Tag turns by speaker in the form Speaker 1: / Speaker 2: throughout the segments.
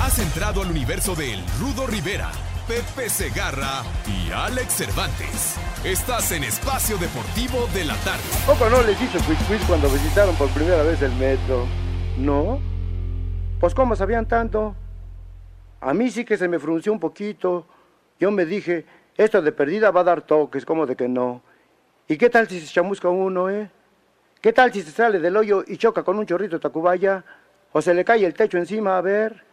Speaker 1: Has entrado al universo de El Rudo Rivera, Pepe Segarra y Alex Cervantes. Estás en Espacio Deportivo de la Tarde.
Speaker 2: Poco no les hizo quiz quiz cuando visitaron por primera vez el metro. ¿No? Pues ¿cómo sabían tanto? A mí sí que se me frunció un poquito. Yo me dije, esto de perdida va a dar toques, ¿cómo de que no? ¿Y qué tal si se chamusca uno, eh? ¿Qué tal si se sale del hoyo y choca con un chorrito de tacubaya? ¿O se le cae el techo encima, a ver?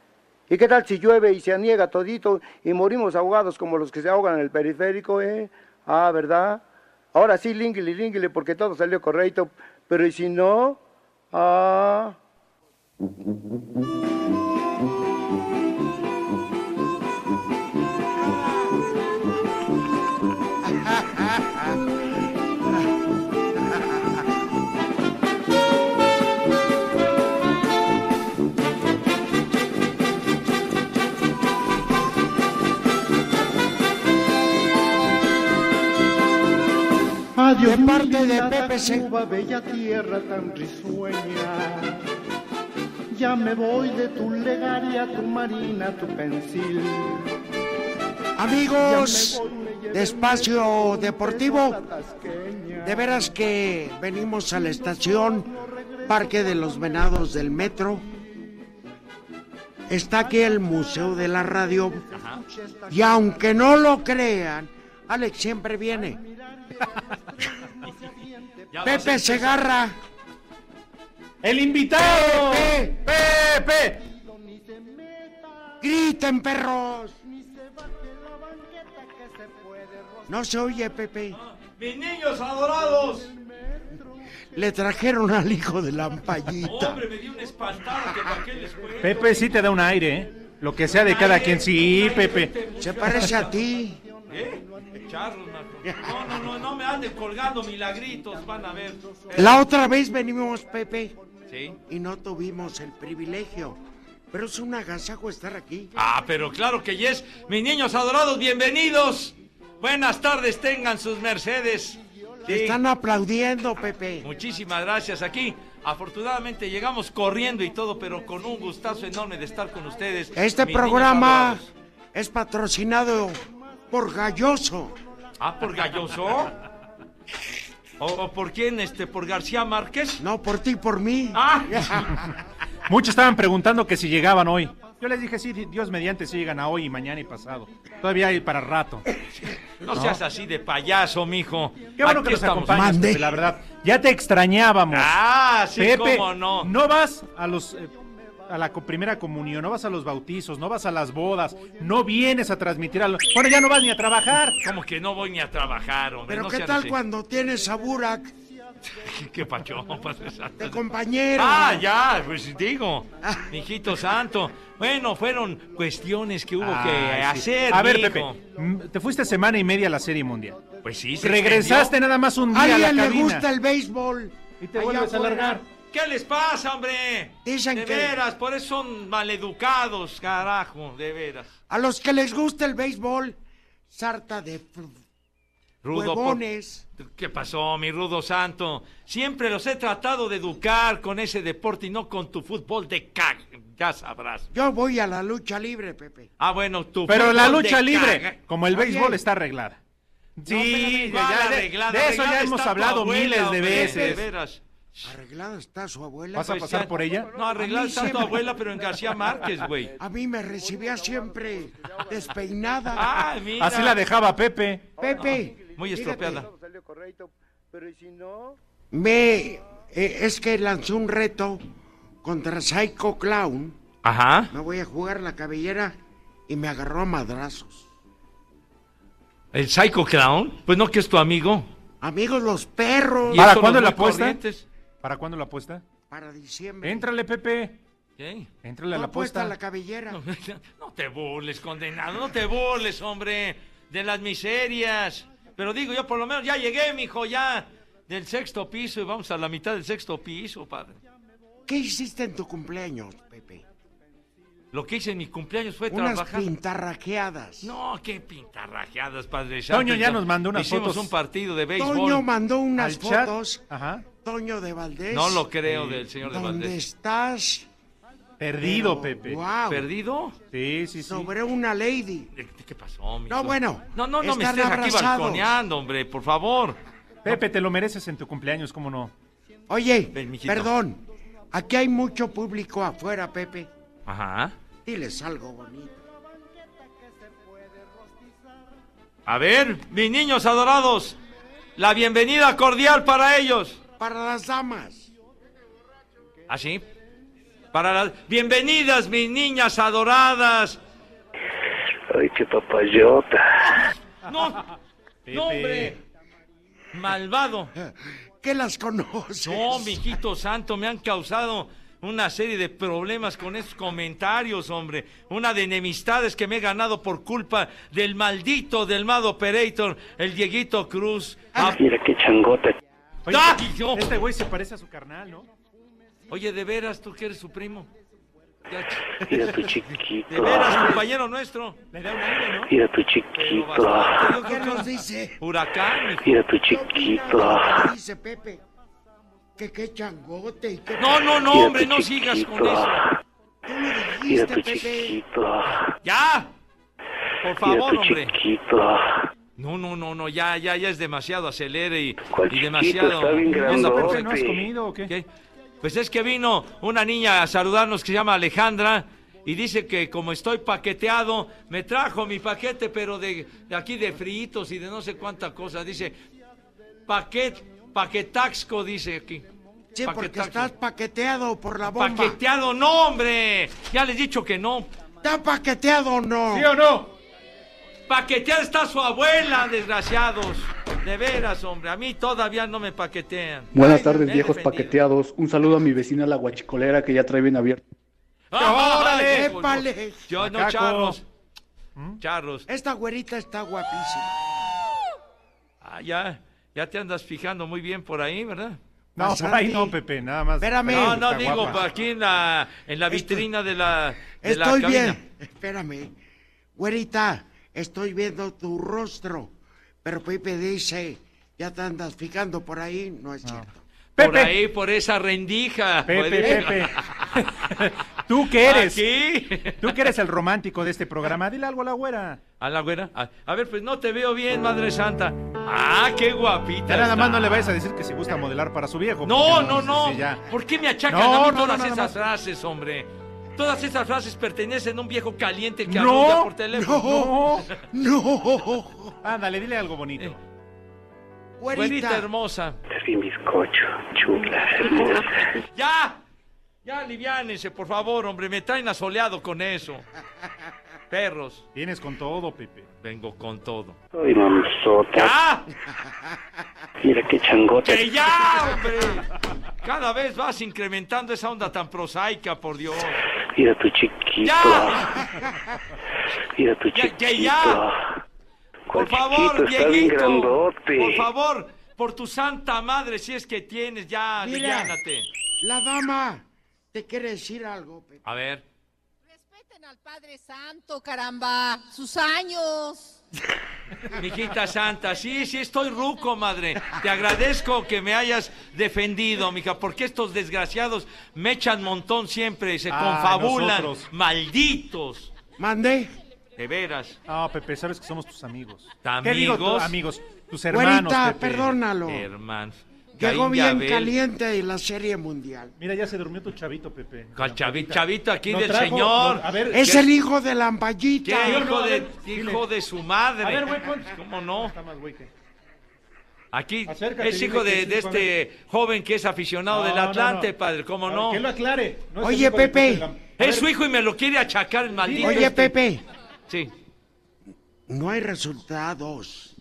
Speaker 2: ¿Y qué tal si llueve y se aniega todito y morimos ahogados como los que se ahogan en el periférico, eh? Ah, ¿verdad? Ahora sí, línguile, línguile, porque todo salió correcto. Pero ¿y si no? Ah...
Speaker 3: de parte de Pepe Se-
Speaker 2: Cuba, bella tierra tan risueña. Ya me voy de tu legaria, tu marina, tu pensil.
Speaker 3: Amigos de Espacio Deportivo, de veras que venimos a la estación Parque de los Venados del Metro. Está aquí el Museo de la Radio. Y aunque no lo crean, Alex siempre viene. Pepe Segarra.
Speaker 4: ¡El invitado!
Speaker 3: Pepe.
Speaker 4: ¡Pepe!
Speaker 3: Griten, perros. No se oye, Pepe.
Speaker 4: ¡Mis niños adorados!
Speaker 3: Le trajeron al hijo de la ampallita.
Speaker 4: Oh, Hombre, me dio un espantado que para qué les cuento.
Speaker 5: Pepe sí te da un aire, ¿eh? Lo que sea de cada quien. Sí, Pepe.
Speaker 3: Se parece a ti.
Speaker 4: ¿Eh? Charlos, Marco. No, no, no, no me anden colgando milagritos, van a ver.
Speaker 3: La otra vez venimos, Pepe,
Speaker 4: Sí.
Speaker 3: y no tuvimos el privilegio. Pero es un agasajo estar aquí.
Speaker 4: Ah, pero claro que yes. Mis niños adorados, bienvenidos. Buenas tardes, tengan sus mercedes. Sí,
Speaker 3: Te están aplaudiendo, Pepe.
Speaker 4: Muchísimas gracias aquí. Afortunadamente llegamos corriendo y todo, pero con un gustazo enorme de estar con ustedes.
Speaker 3: Este
Speaker 4: mis niños
Speaker 3: programa
Speaker 4: adorados.
Speaker 3: es patrocinado por Galloso.
Speaker 4: Ah, por Galloso. ¿O, o por quién? Este, por García Márquez.
Speaker 3: No por ti, por mí.
Speaker 4: Ah,
Speaker 5: Muchos estaban preguntando que si llegaban hoy. Yo les dije, sí, Dios mediante, si llegan a hoy y mañana y pasado. Todavía hay para rato.
Speaker 4: no seas así de payaso, mijo.
Speaker 5: Qué bueno
Speaker 4: Aquí
Speaker 5: que nos
Speaker 4: estamos.
Speaker 5: acompañas,
Speaker 3: Mande.
Speaker 5: Pepe, la verdad. Ya te extrañábamos.
Speaker 4: Ah, sí,
Speaker 5: Pepe,
Speaker 4: cómo no.
Speaker 5: vas a los eh, a la co- primera comunión, no vas a los bautizos, no vas a las bodas, no vienes a transmitir a los... Bueno, ya no vas ni a trabajar.
Speaker 4: Como que no voy ni a trabajar, hombre.
Speaker 3: Pero
Speaker 4: no
Speaker 3: ¿qué
Speaker 4: sean
Speaker 3: tal
Speaker 4: así.
Speaker 3: cuando tienes a Burak
Speaker 4: Qué pacho, padre
Speaker 3: de
Speaker 4: santo.
Speaker 3: compañero?
Speaker 4: Ah, ya, pues digo,
Speaker 5: Ah.
Speaker 4: hijito santo. Bueno, fueron cuestiones que hubo que
Speaker 5: Ay, sí.
Speaker 4: hacer.
Speaker 5: A ver,
Speaker 4: mijo.
Speaker 5: Pepe, mm, te fuiste semana y media a la Serie Mundial.
Speaker 4: Pues sí, se
Speaker 5: Regresaste nada más un
Speaker 3: ¿A
Speaker 5: día a la
Speaker 3: alguien le
Speaker 5: cabina.
Speaker 3: gusta el béisbol?
Speaker 5: Y te
Speaker 3: Allá
Speaker 5: vuelves a
Speaker 3: afuera.
Speaker 5: largar.
Speaker 4: extendió. ¿Qué les pasa, hombre?
Speaker 3: Dicen
Speaker 4: de
Speaker 3: que-
Speaker 4: veras, por eso son maleducados, carajo, de veras.
Speaker 3: A los que les gusta el béisbol, sarta de f-
Speaker 4: Rudo, por-
Speaker 3: huevones.
Speaker 4: ¿Qué pasó, mi rudo santo? Siempre los he tratado de educar con ese deporte y no con tu fútbol de caga. Ya sabrás.
Speaker 3: Yo voy a la lucha libre, Pepe.
Speaker 4: Ah, bueno, tu
Speaker 5: Pero la
Speaker 4: fútbol de
Speaker 5: lucha
Speaker 4: caga.
Speaker 5: libre, como el
Speaker 3: Oye.
Speaker 5: béisbol, está arreglada. Sí,
Speaker 4: ¿Cuál
Speaker 5: ya de,
Speaker 4: arreglada?
Speaker 5: de eso
Speaker 4: Arreglada
Speaker 5: ya hemos
Speaker 4: está tu
Speaker 5: hablado
Speaker 4: abuela,
Speaker 5: miles de
Speaker 4: hombre,
Speaker 5: veces.
Speaker 4: de veras.
Speaker 3: Arreglada está su abuela.
Speaker 5: Vas a
Speaker 4: Pues
Speaker 5: pasar
Speaker 4: ya-
Speaker 5: por ella?
Speaker 4: No,
Speaker 3: A
Speaker 4: arreglar
Speaker 3: mí
Speaker 4: está tu
Speaker 3: siempre.
Speaker 4: abuela, pero en García Márquez, güey.
Speaker 3: A mí me recibía siempre despeinada.
Speaker 4: Ah, mira.
Speaker 5: Así la dejaba Pepe.
Speaker 3: Pepe.
Speaker 4: Muy estropeada.
Speaker 2: Todo salió correcto, pero ¿y si no?
Speaker 3: fíjate, Me, eh, es que lanzó un reto contra Psycho Clown.
Speaker 4: Ajá.
Speaker 3: Me voy a jugar la cabellera y me agarró a madrazos.
Speaker 4: ¿El Psycho Clown? Pues no, que es tu amigo.
Speaker 3: Amigos, los perros.
Speaker 5: ¿Para
Speaker 4: eso
Speaker 5: cuándo
Speaker 4: los
Speaker 5: la
Speaker 4: muy
Speaker 5: apuesta?
Speaker 4: corrientes.
Speaker 5: ¿Para cuándo la apuesta?
Speaker 3: Para diciembre.
Speaker 5: Éntrale, Pepe.
Speaker 4: Ya ¿ok?
Speaker 5: Entrale a
Speaker 3: Tú
Speaker 5: la apuesta.
Speaker 3: apuesta a la cabellera.
Speaker 4: No, no te burles, condenado, no te burles, hombre, de las miserias. Pero digo, yo por lo menos ya llegué, mijo, ya del sexto piso y vamos a la mitad del sexto piso, padre.
Speaker 3: ¿Qué hiciste en tu cumpleaños, Pepe?
Speaker 4: Lo que hice en mi cumpleaños fue
Speaker 3: Unas
Speaker 4: trabajar.
Speaker 3: pintarrajeadas.
Speaker 4: No, qué pintarrajeadas, padre.
Speaker 5: Toño
Speaker 4: santo.
Speaker 5: ya nos mandó unas
Speaker 4: Hicimos
Speaker 5: fotos.
Speaker 4: un partido de béisbol. Ah,
Speaker 3: Toño mandó unas
Speaker 5: Al chat.
Speaker 3: fotos.
Speaker 5: Ajá.
Speaker 3: Toño de Valdés.
Speaker 4: No lo creo del señor de
Speaker 3: ¿Dónde
Speaker 4: Valdés.
Speaker 3: estás?
Speaker 5: Perdido,
Speaker 3: Pero,
Speaker 5: Pepe.
Speaker 3: guau,
Speaker 4: ¿Perdido?
Speaker 5: Sí, sí, sí.
Speaker 3: Sobre una lady.
Speaker 4: ¿De- de ¿Qué pasó, mijo?
Speaker 3: No, bueno,
Speaker 4: No, no, no me
Speaker 3: están
Speaker 4: estés aquí
Speaker 3: abrazados.
Speaker 4: balconeando, hombre, por favor.
Speaker 5: Pepe, te lo mereces en tu cumpleaños, ¿cómo no?
Speaker 3: Oye,
Speaker 4: Ven, mijito.
Speaker 3: perdón. Aquí hay mucho público afuera, Pepe.
Speaker 4: Ajá.
Speaker 3: Diles algo bonito.
Speaker 4: A ver, mis niños adorados, la bienvenida cordial para ellos.
Speaker 3: Para las damas.
Speaker 4: ¿Así? ¿Ah, Para las bienvenidas, mis niñas adoradas.
Speaker 6: Ay, qué papayota.
Speaker 4: No, no, hombre. Malvado.
Speaker 3: ¿Qué las conoces?
Speaker 4: No, mijito santo, me han causado una serie de problemas con esos comentarios, hombre. Una de enemistades que me he ganado por culpa del maldito del Mad Operator, el Dieguito Cruz. Ah,
Speaker 6: Mira qué changota.
Speaker 5: Oye,
Speaker 4: ¡Ah!
Speaker 5: este güey se parece a su carnal, ¿no?
Speaker 4: Oye, de veras, tú que eres su primo. Ya, ch-
Speaker 6: Mira tu
Speaker 4: De
Speaker 6: chiquito.
Speaker 4: veras, compañero nuestro.
Speaker 5: Le da un aire, ¿no?
Speaker 6: Mira tu
Speaker 4: Pero
Speaker 6: chiquito.
Speaker 4: bastante, yo
Speaker 3: ¿Qué
Speaker 4: creo
Speaker 3: nos
Speaker 4: que-
Speaker 3: dice?
Speaker 4: Huracán, mijo.
Speaker 6: Mira tu
Speaker 3: ¿Qué opinas de
Speaker 6: chiquito.
Speaker 3: lo que dice Pepe? Que qué changote y qué...
Speaker 4: No, no, no,
Speaker 6: Mira
Speaker 4: hombre,
Speaker 6: tu
Speaker 4: no sigas con
Speaker 6: chiquito.
Speaker 4: eso.
Speaker 3: Tú lo
Speaker 6: Mira
Speaker 3: dijiste,
Speaker 6: tu
Speaker 3: Pepe.
Speaker 6: chiquito.
Speaker 4: ¡Ya! Por
Speaker 6: Mira
Speaker 4: favor,
Speaker 6: tu
Speaker 4: hombre.
Speaker 6: chiquito.
Speaker 4: No, no, no, no, ya, ya, ya es demasiado acelere y,
Speaker 6: ¿Cuál
Speaker 4: y
Speaker 6: chiquito?
Speaker 4: demasiado.
Speaker 6: Está bien
Speaker 4: No,
Speaker 6: grandote.
Speaker 5: Pero,
Speaker 4: no,
Speaker 5: Pepe, ¿no has
Speaker 6: Pepe.
Speaker 5: comido o qué?
Speaker 4: ¿Qué? Pues es que vino una niña a saludarnos que se llama Alejandra y dice que como estoy paqueteado, me trajo mi paquete, pero de, de aquí de fritos y de no sé cuánta cosa. Dice, paquet, paquetaxco, dice aquí.
Speaker 3: Sí, porque
Speaker 4: Paquetaxco.
Speaker 3: estás paqueteado por la bomba.
Speaker 4: Paqueteado, no, hombre. Ya les he dicho que no.
Speaker 3: ¿Está paqueteado o no?
Speaker 5: ¿Sí o no?
Speaker 4: Paqueteada está su abuela, desgraciados. De veras, hombre. A mí todavía no me paquetean.
Speaker 7: Buenas tardes,
Speaker 4: Bien
Speaker 7: viejos
Speaker 4: defendido.
Speaker 7: paqueteados. Un saludo a mi vecina la guachicolera que ya trae bien abierto.
Speaker 4: ¡Ah,
Speaker 3: ¡Órale!
Speaker 4: ¡Épale!
Speaker 3: ¡Épale!
Speaker 4: Yo no,
Speaker 5: Macaco.
Speaker 4: charros.
Speaker 5: ¿Mm?
Speaker 4: Charros.
Speaker 3: Esta güerita está guapísima.
Speaker 4: Ah, ya, ya te andas fijando muy bien por ahí, ¿verdad?
Speaker 5: No,
Speaker 3: Más
Speaker 5: por ahí
Speaker 3: Andy.
Speaker 5: no, Pepe, nada más.
Speaker 3: Espérame. Sí,
Speaker 4: no, no,
Speaker 5: Está
Speaker 4: digo,
Speaker 5: guapa.
Speaker 4: pa- aquí en la, en la vitrina de la. de la
Speaker 3: Estoy
Speaker 4: cabina.
Speaker 3: bien. Espérame. Güerita, estoy viendo tu rostro. Pero Pepe dice, ya te andas fijando por ahí. No es cierto.
Speaker 4: Por
Speaker 5: Pepe.
Speaker 4: ahí, por esa rendija.
Speaker 5: Pepe,
Speaker 4: puede-
Speaker 5: Pepe. ¿Tú qué eres?
Speaker 4: Aquí.
Speaker 5: ¿Tú que eres el romántico de este programa? Dile algo a la güera.
Speaker 4: A la güera. A, a ver, pues no te veo bien, Madre Santa. Ah, qué guapita.
Speaker 5: Ya nada
Speaker 4: está.
Speaker 5: más no le vayas a decir que si gusta modelar para su viejo.
Speaker 4: No,
Speaker 5: porque
Speaker 4: no, no.
Speaker 5: sí, ya.
Speaker 4: ¿Por qué me achacan
Speaker 5: No,
Speaker 4: a mí
Speaker 5: no,
Speaker 4: todas
Speaker 5: no, nada
Speaker 4: esas
Speaker 5: más.
Speaker 4: frases, hombre? Todas esas frases pertenecen a un viejo caliente que
Speaker 5: No,
Speaker 4: habla por teléfono.
Speaker 5: No.
Speaker 3: ¡No!
Speaker 5: Ándale, dile algo bonito.
Speaker 4: Eh. Güerita
Speaker 3: Güerita,
Speaker 4: hermosa.
Speaker 6: Estás bien bizcocho. Chula, hermosa.
Speaker 4: ¡Ya! Ya, aliviánense, por favor, hombre. Me traen asoleado con eso. Perros,
Speaker 5: Vienes con todo, Pepe.
Speaker 4: vengo con todo.
Speaker 6: Ay, mamazota.
Speaker 4: ¡Ya!
Speaker 6: Mira qué changota.
Speaker 4: ¡Que ya, hombre! Cada vez vas incrementando esa onda tan prosaica, por Dios.
Speaker 6: Mira tu chiquito.
Speaker 4: ¡Ya!
Speaker 6: Mira tu
Speaker 4: Ya, ya,
Speaker 6: chiquito.
Speaker 4: ya.
Speaker 6: ¿Cuál
Speaker 4: Por favor,
Speaker 6: chiquito? Está bien
Speaker 4: Dieguito.
Speaker 6: grandote.
Speaker 4: Por favor, por tu santa madre, si es que tienes, ya,
Speaker 3: Mira.
Speaker 4: aliviánate.
Speaker 3: la dama te quiere decir algo, Pepe.
Speaker 4: A ver.
Speaker 8: Respeten al Padre Santo, caramba, sus años.
Speaker 4: Mijita santa, sí, sí, estoy ruco, madre. Te agradezco que me hayas defendido, mija, porque estos desgraciados me echan montón siempre, se
Speaker 5: Ah,
Speaker 4: confabulan,
Speaker 5: nosotros.
Speaker 4: malditos,
Speaker 3: Mandé.
Speaker 4: de veras.
Speaker 5: No, Pepe, sabes que somos tus amigos.
Speaker 4: ¿Amigos?
Speaker 5: ¿Qué digo tu- amigos? Tus hermanos,
Speaker 3: Güerita,
Speaker 5: Pepe.
Speaker 3: perdónalo.
Speaker 4: Hermano.
Speaker 3: Llegó
Speaker 4: Caín
Speaker 3: bien
Speaker 4: Yabel.
Speaker 3: caliente de la serie mundial.
Speaker 5: Mira, ya se durmió tu chavito, Pepe.
Speaker 4: Con chavi- chavito aquí
Speaker 5: Lo
Speaker 4: del
Speaker 5: trajo-
Speaker 4: señor.
Speaker 5: no, a ver,
Speaker 3: Es
Speaker 5: ¿qué-
Speaker 3: el hijo de la
Speaker 4: ¿Qué
Speaker 3: ampallita.
Speaker 4: hijo,
Speaker 5: no, a
Speaker 4: de,
Speaker 5: ver, dile.
Speaker 4: hijo de su madre?
Speaker 5: A ver, güey, pues. pon-
Speaker 4: ¿Cómo no?
Speaker 5: Está más güey que-
Speaker 4: Aquí
Speaker 5: Acércate,
Speaker 4: es hijo
Speaker 5: dile
Speaker 4: de,
Speaker 5: que
Speaker 4: de
Speaker 5: sí, Juan.
Speaker 4: este joven que es aficionado
Speaker 5: No,
Speaker 4: del
Speaker 5: no, no.
Speaker 4: Atlante, padre, ¿cómo
Speaker 5: A ver,
Speaker 4: no?
Speaker 5: Que lo aclare. No es el
Speaker 3: Oye,
Speaker 5: hijo de
Speaker 3: Pepe.
Speaker 5: de la- A
Speaker 4: Es su
Speaker 5: ver,
Speaker 4: hijo y me lo quiere achacar el maldito.
Speaker 3: Oye,
Speaker 4: este.
Speaker 3: Pepe,
Speaker 4: Sí.
Speaker 3: no hay resultados.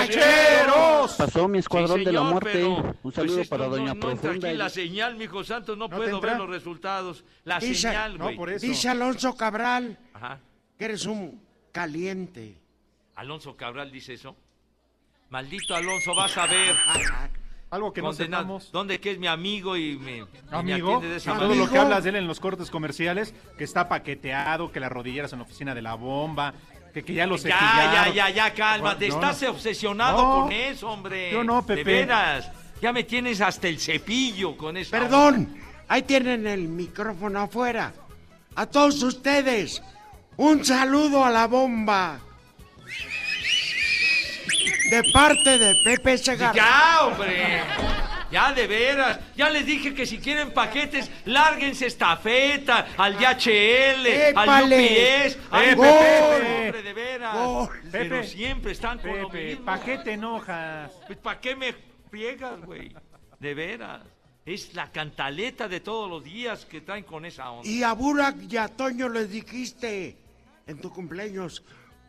Speaker 5: ¡Tepacheros!
Speaker 9: Pasó mi escuadrón
Speaker 4: Sí,
Speaker 9: de la
Speaker 4: señor,
Speaker 9: muerte.
Speaker 4: pero,
Speaker 9: Un
Speaker 4: pues,
Speaker 9: saludo
Speaker 4: esto
Speaker 9: para
Speaker 4: no-
Speaker 9: Doña
Speaker 4: no entra
Speaker 9: Profunda.
Speaker 4: Pues aquí la señal, mijo santo, no,
Speaker 5: ¿No te
Speaker 4: puedo
Speaker 5: entra?
Speaker 4: ver los resultados. La
Speaker 3: Dice-
Speaker 4: señal,
Speaker 5: no,
Speaker 4: güey.
Speaker 5: por eso.
Speaker 3: Dice Alonso Cabral
Speaker 4: Ajá.
Speaker 3: que eres un caliente.
Speaker 4: Alonso Cabral dice eso. Maldito Alonso, vas a ver.
Speaker 3: Ah,
Speaker 5: Algo que no
Speaker 4: condenado.
Speaker 5: sepamos.
Speaker 4: ¿Dónde que es mi amigo y me, y me
Speaker 5: Amigo,
Speaker 4: atiende de esa
Speaker 5: todo
Speaker 4: manera?
Speaker 5: lo que hablas de él en los cortes comerciales, que está paqueteado, que las rodilleras en la oficina de la bomba, que, que ya lo sé.
Speaker 4: Ya, ya, ya, ya, cálmate.
Speaker 5: No, no.
Speaker 4: Estás obsesionado
Speaker 5: No.
Speaker 4: con eso, hombre.
Speaker 5: Yo no, Pepe.
Speaker 4: De veras. Ya me tienes hasta el cepillo con eso.
Speaker 3: Perdón, ahí tienen el micrófono afuera. A todos ustedes, un saludo a la bomba. De parte de Pepe Segarra.
Speaker 4: Ya, hombre. Ya, de veras. Ya les dije que si quieren paquetes, lárguense estafeta al DHL, al
Speaker 3: ¡Épale!
Speaker 4: UPS, al
Speaker 5: ¡Ay,
Speaker 4: IPP,
Speaker 5: Pepe!
Speaker 4: hombre, de veras.
Speaker 3: ¡Gol!
Speaker 4: Pero
Speaker 5: Pepe.
Speaker 4: siempre están con lo
Speaker 5: Pepe,
Speaker 4: mismo.
Speaker 5: ¿pa' qué te enojas?
Speaker 4: Pues, ¿para qué me friegas, güey? De veras. Es la cantaleta de todos los días que traen con esa onda.
Speaker 3: Y a Burak y a Toño les dijiste en tu cumpleaños,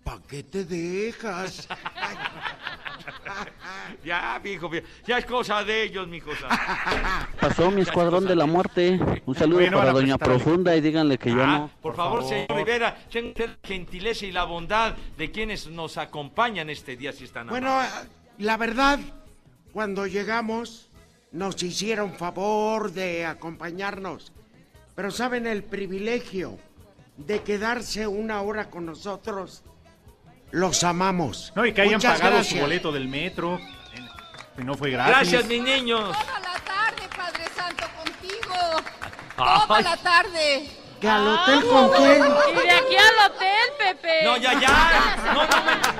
Speaker 3: ¿pa' qué te dejas?
Speaker 4: Ya, mijo, ya es cosa de ellos, mijo.
Speaker 9: Pasó mi escuadrón de la muerte. Un saludo
Speaker 5: Oye, no
Speaker 9: para
Speaker 5: van a
Speaker 9: Doña
Speaker 5: prestar, oye.
Speaker 9: Profunda y díganle que yo
Speaker 4: Ah,
Speaker 9: no.
Speaker 4: por, favor, señor Rivera, tenga usted la gentileza y la bondad de quienes nos acompañan este día, si están
Speaker 3: bueno, ah, eh, la verdad, cuando llegamos, nos hicieron favor de acompañarnos, pero saben el privilegio de quedarse una hora con nosotros. Los amamos.
Speaker 5: No, y que hayan
Speaker 3: Muchas
Speaker 5: pagado su
Speaker 3: gracias.
Speaker 5: boleto del metro. Y no fue gratis.
Speaker 4: Gracias, mis niños.
Speaker 8: Toda la tarde, Padre Santo, contigo.
Speaker 4: Ay.
Speaker 8: Toda la tarde.
Speaker 3: ¿Que al hotel con quién?
Speaker 10: Y de aquí al hotel, Pepe.
Speaker 4: No, ya, ya. No, no,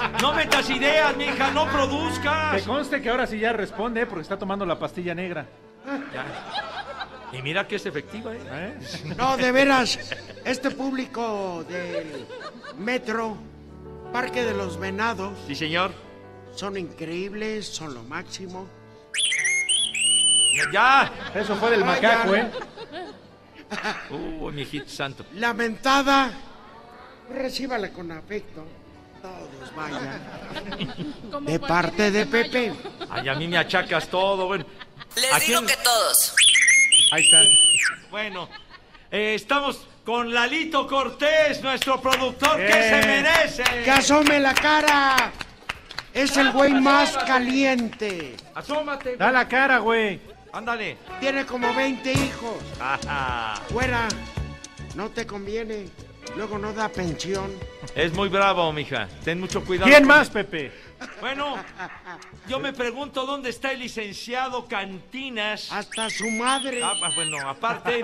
Speaker 4: me- no metas ideas, mija, no
Speaker 5: Que
Speaker 4: produzcas.
Speaker 5: conste que ahora sí ya responde, ¿eh? porque está tomando la pastilla negra.
Speaker 4: Ya. Y mira que es efectiva, ¿eh?
Speaker 5: ¿eh?
Speaker 3: No, de veras, este público del metro, Parque de los Venados,
Speaker 4: Sí, señor.
Speaker 3: son increíbles, son lo máximo.
Speaker 4: Ya.
Speaker 5: Eso fue del macaco, ¿eh?
Speaker 4: Uy, mijito santo.
Speaker 3: Lamentada, recíbala con afecto. Todos vayan.
Speaker 10: Como
Speaker 3: De
Speaker 10: cualquier
Speaker 3: parte de
Speaker 10: 10 mayo.
Speaker 3: Pepe.
Speaker 4: Ay, a mí me achacas todo, bueno. ¿A
Speaker 11: Les digo
Speaker 4: quién-
Speaker 11: que todos.
Speaker 5: Ahí está.
Speaker 4: Bueno, eh, estamos con Lalito Cortés, nuestro productor que
Speaker 5: Eh.
Speaker 4: se merece.
Speaker 3: ¡Que asome la cara! Es el güey más caliente.
Speaker 4: Asómate.
Speaker 5: Da la cara, güey.
Speaker 4: Ándale.
Speaker 3: Tiene como 20 hijos.
Speaker 4: Ajá.
Speaker 3: Fuera, no te conviene. Luego no da pensión.
Speaker 4: Es muy bravo, mija. Ten mucho cuidado.
Speaker 5: ¿Quién
Speaker 4: con
Speaker 5: más, Pepe?
Speaker 4: Bueno, yo me pregunto dónde está el licenciado Cantinas.
Speaker 3: Hasta su madre.
Speaker 4: Ah, ah, bueno, aparte.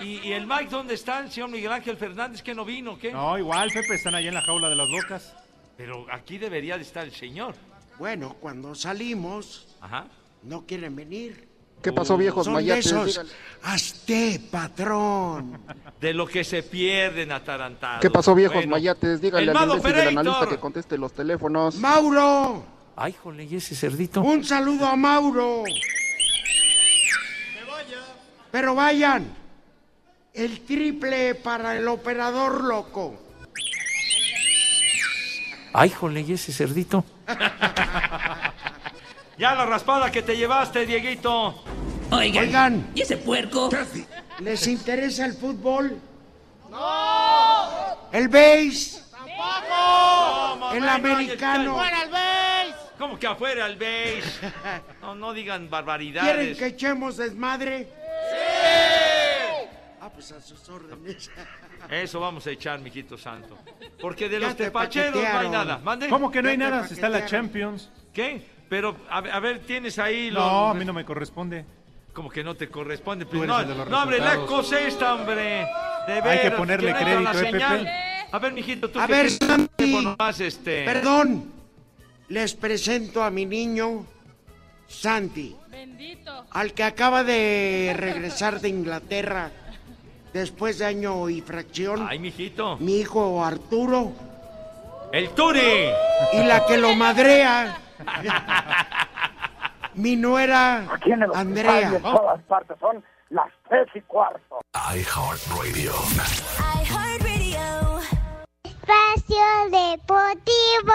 Speaker 4: Y, y el Mike dónde está? El señor Miguel Ángel Fernández, que no vino, ¿qué?
Speaker 5: No, igual, Pepe, están allá en la jaula de las locas.
Speaker 4: Pero aquí debería de estar el señor.
Speaker 3: Bueno, cuando salimos,
Speaker 4: Ajá.
Speaker 3: no quieren venir.
Speaker 4: ¿Qué pasó,
Speaker 9: viejos
Speaker 3: Son de esos. Hazte, patrón.
Speaker 4: De lo que se pierden atarantados.
Speaker 9: ¿Qué pasó, viejos
Speaker 4: Bueno,
Speaker 9: mayates? Díganle
Speaker 4: el
Speaker 9: al
Speaker 4: Mado
Speaker 9: imbécil del analista
Speaker 4: Operator.
Speaker 9: que conteste los teléfonos.
Speaker 3: Mauro,
Speaker 4: Ay, jole, ¿y ese cerdito?
Speaker 3: un saludo a Mauro. Pero vayan, el triple para el operador loco.
Speaker 4: Ay, jole, ¿y ese cerdito? ya la raspada que te llevaste, Dieguito.
Speaker 11: Oigan.
Speaker 3: Oigan,
Speaker 11: ¿Y ese puerco?
Speaker 3: ¿les interesa el fútbol? ¡No! ¿El base?
Speaker 4: ¿Cómo,
Speaker 3: El
Speaker 4: güey? No,
Speaker 3: americano.
Speaker 4: ya está- ¿Cómo que afuera el base? No, no digan
Speaker 3: ¿Quieren
Speaker 4: barbaridades.
Speaker 3: que echemos desmadre? ¡Sí! Ah, pues a sus órdenes.
Speaker 4: Eso vamos a echar, mijito santo. Porque de
Speaker 3: Ya
Speaker 4: los
Speaker 3: te
Speaker 4: tepacheros no hay
Speaker 3: paquetearon.
Speaker 4: nada. ¿Mande?
Speaker 5: ¿Cómo que no hay
Speaker 3: Ya te
Speaker 5: nada? Si está la
Speaker 3: paquetearon.
Speaker 5: Champions.
Speaker 4: ¿Qué? Pero, a, ver- a ver, tienes ahí los...
Speaker 5: No, a mí no me corresponde.
Speaker 4: Como que no te corresponde.
Speaker 5: Tú
Speaker 4: pues,
Speaker 5: eres
Speaker 4: no,
Speaker 5: el de los
Speaker 4: no, hombre, la
Speaker 5: resultados.
Speaker 4: cosa esta, hombre. De
Speaker 5: Hay que
Speaker 4: veras,
Speaker 5: ponerle
Speaker 4: no entra la
Speaker 5: crédito, ¿eh, Pepe?
Speaker 4: señal. A ver, mijito, tú
Speaker 3: A
Speaker 4: que
Speaker 3: ver,
Speaker 4: tienes
Speaker 3: Santi.
Speaker 4: el teléfono más, este...
Speaker 3: Perdón, les presento a mi niño Santi,
Speaker 10: Bendito.
Speaker 3: al que acaba de regresar de Inglaterra después de año y fracción.
Speaker 4: Ay, mijito.
Speaker 3: Mi hijo Arturo
Speaker 4: El Turi.
Speaker 3: y la que lo madrea. Mi nuera
Speaker 6: Aquí en el hospital y
Speaker 3: Andrea.
Speaker 6: en todas partes son las tres y cuarto.
Speaker 11: iHeartRadio.
Speaker 12: Espacio Deportivo.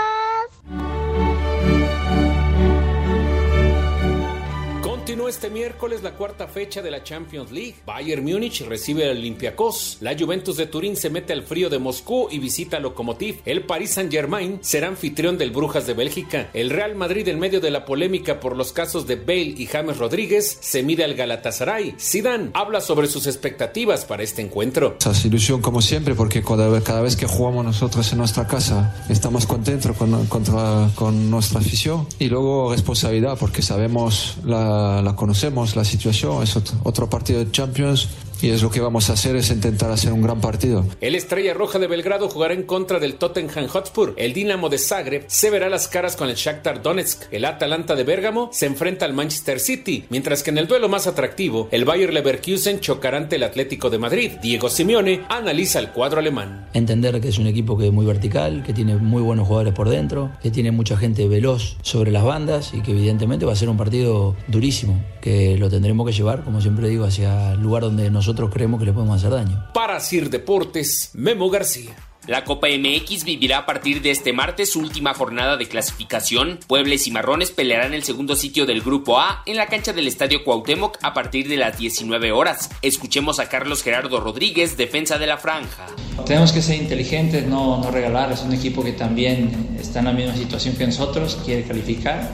Speaker 11: este miércoles la cuarta fecha de la Champions League. Bayern Múnich recibe al Olympiacos. La Juventus de Turín se mete al frío de Moscú y visita a Lokomotiv. El Paris Saint-Germain será anfitrión del Brujas de Bélgica. El Real Madrid, en medio de la polémica por los casos de Bale y James Rodríguez, se mide al Galatasaray. Zidane habla sobre sus expectativas para este encuentro.
Speaker 12: Esa ilusión como siempre, porque cada, cada vez que jugamos nosotros en nuestra casa estamos contentos con, contra- con nuestra afición y luego responsabilidad, porque sabemos, la, la conocemos, la situación, es otro, otro partido de Champions y es lo que vamos a hacer, es intentar hacer un gran partido.
Speaker 11: El Estrella Roja de Belgrado jugará en contra del Tottenham Hotspur. El Dinamo de Zagreb se verá las caras con el Shakhtar Donetsk. El Atalanta de Bérgamo se enfrenta al Manchester City, mientras que en el duelo más atractivo, el Bayer Leverkusen chocará ante el Atlético de Madrid. Diego Simeone analiza el cuadro alemán.
Speaker 13: Entender que es un equipo que es muy vertical, que tiene muy buenos jugadores por dentro, que tiene mucha gente veloz sobre las bandas y que evidentemente va a ser un partido durísimo, que lo tendremos que llevar, como siempre digo, hacia el lugar donde nosotros creemos que le podemos hacer daño.
Speaker 11: Para Sir Deportes, Memo García.
Speaker 14: La Copa MX vivirá a partir de este martes su última jornada de clasificación. Puebla y Cimarrones pelearán el segundo sitio del Grupo A en la cancha del Estadio Cuauhtémoc a partir de las 19 horas. Escuchemos a Carlos Gerardo Rodríguez, defensa de la franja.
Speaker 15: Tenemos que ser inteligentes, no, no regalar. Es un equipo que también está en la misma situación que nosotros, quiere calificar.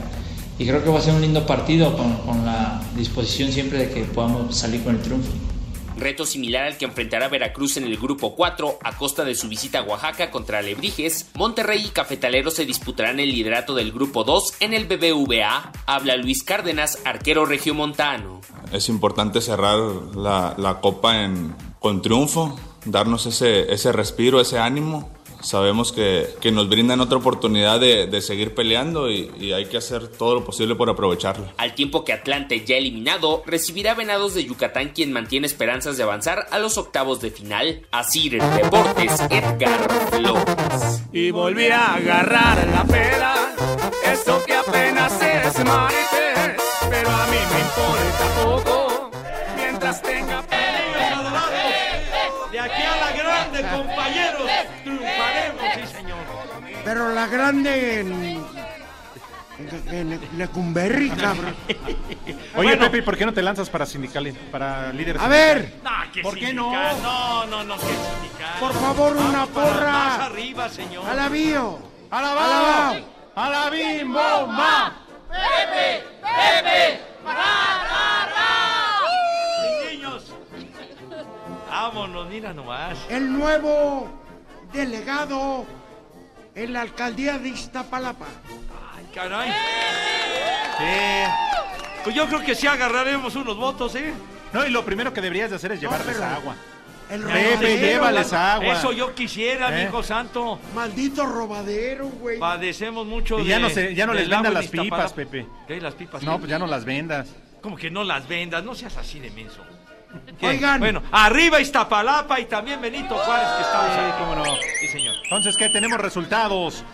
Speaker 15: Y creo que va a ser un lindo partido con, con la disposición siempre de que podamos salir con el triunfo.
Speaker 14: Reto similar al que enfrentará Veracruz en el grupo 4 a costa de su visita a Oaxaca contra Alebrijes, Monterrey y Cafetalero se disputarán el liderato del grupo 2 en el BBVA. Habla Luis Cárdenas, arquero regiomontano.
Speaker 16: Es importante cerrar la, la copa en, con triunfo, darnos ese, ese respiro, ese ánimo. Sabemos que, que nos brindan otra oportunidad de, de seguir peleando y, y hay que hacer todo lo posible por aprovecharla.
Speaker 14: Al tiempo que Atlante, ya eliminado, recibirá a Venados de Yucatán, quien mantiene esperanzas de avanzar a los octavos de final. Así, Deportes, Edgar Flores.
Speaker 17: Y volví a agarrar la pela, eso que apenas es martes, pero a mí me importa poco, mientras tenga
Speaker 4: De aquí a la grande, compañeros, triunfaremos, sí, señor.
Speaker 3: Pero la grande en. en- en Lecumberri, cabrón.
Speaker 5: Oye,
Speaker 3: Bueno.
Speaker 5: Pepe, ¿y ¿por qué no te lanzas para sindical, para líderes?
Speaker 3: A ver.
Speaker 4: ¿Por qué no? No, no, no, que sindical.
Speaker 3: Por favor, una
Speaker 4: Vamos para
Speaker 3: porra.
Speaker 4: Más arriba, señor.
Speaker 3: ¡A la bio!
Speaker 5: ¡A la
Speaker 3: bao!
Speaker 5: ¡A la bimbomba!
Speaker 17: ¡Pepe! ¡Pepe!
Speaker 4: Mis niños. Vámonos, mira nomás.
Speaker 3: El nuevo delegado en la alcaldía de Iztapalapa.
Speaker 4: Ay, caray. Sí. Pues yo creo que sí agarraremos unos votos, ¿eh?
Speaker 5: No, y lo primero que deberías de hacer es llevarles agua.
Speaker 3: El
Speaker 5: Pepe, llévales agua.
Speaker 4: Eso yo quisiera,
Speaker 5: ¿Eh?
Speaker 4: mijo santo.
Speaker 3: Maldito robadero, güey.
Speaker 4: Padecemos mucho
Speaker 5: Y ya
Speaker 4: de-
Speaker 5: no, se, ya no
Speaker 4: del
Speaker 5: les vendas
Speaker 4: agua en
Speaker 5: las pipas,
Speaker 4: Iztapalapa.
Speaker 5: Pepe.
Speaker 4: ¿Qué, las pipas?
Speaker 5: No, pues ya no las vendas.
Speaker 4: Como que no las vendas, no seas así de menso. ¿Qué?
Speaker 5: Oigan.
Speaker 4: Bueno, arriba Iztapalapa y también Benito Juárez que estamos
Speaker 5: Sí,
Speaker 4: aquí.
Speaker 5: cómo no.
Speaker 4: Sí, señor.
Speaker 5: Entonces, ¿qué? Tenemos resultados.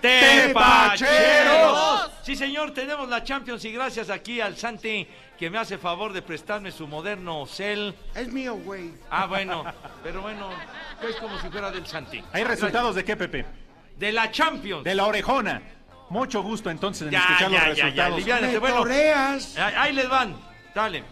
Speaker 4: ¡Tepacheros! Sí, señor, tenemos la Champions y gracias aquí al Santi que me hace favor de prestarme su moderno cel.
Speaker 3: Es mío, güey.
Speaker 4: Ah, bueno, pero bueno, es como si fuera del Santi.
Speaker 5: ¿Hay resultados de qué, Pepe?
Speaker 4: De la Champions.
Speaker 5: De la orejona. Mucho gusto entonces en
Speaker 4: Ya,
Speaker 5: escuchar
Speaker 4: ya,
Speaker 5: los
Speaker 4: ya, ya,
Speaker 5: resultados.
Speaker 4: aliviánate,
Speaker 3: Me
Speaker 4: bueno.
Speaker 3: toreas.
Speaker 4: Ahí ahí les van, dale.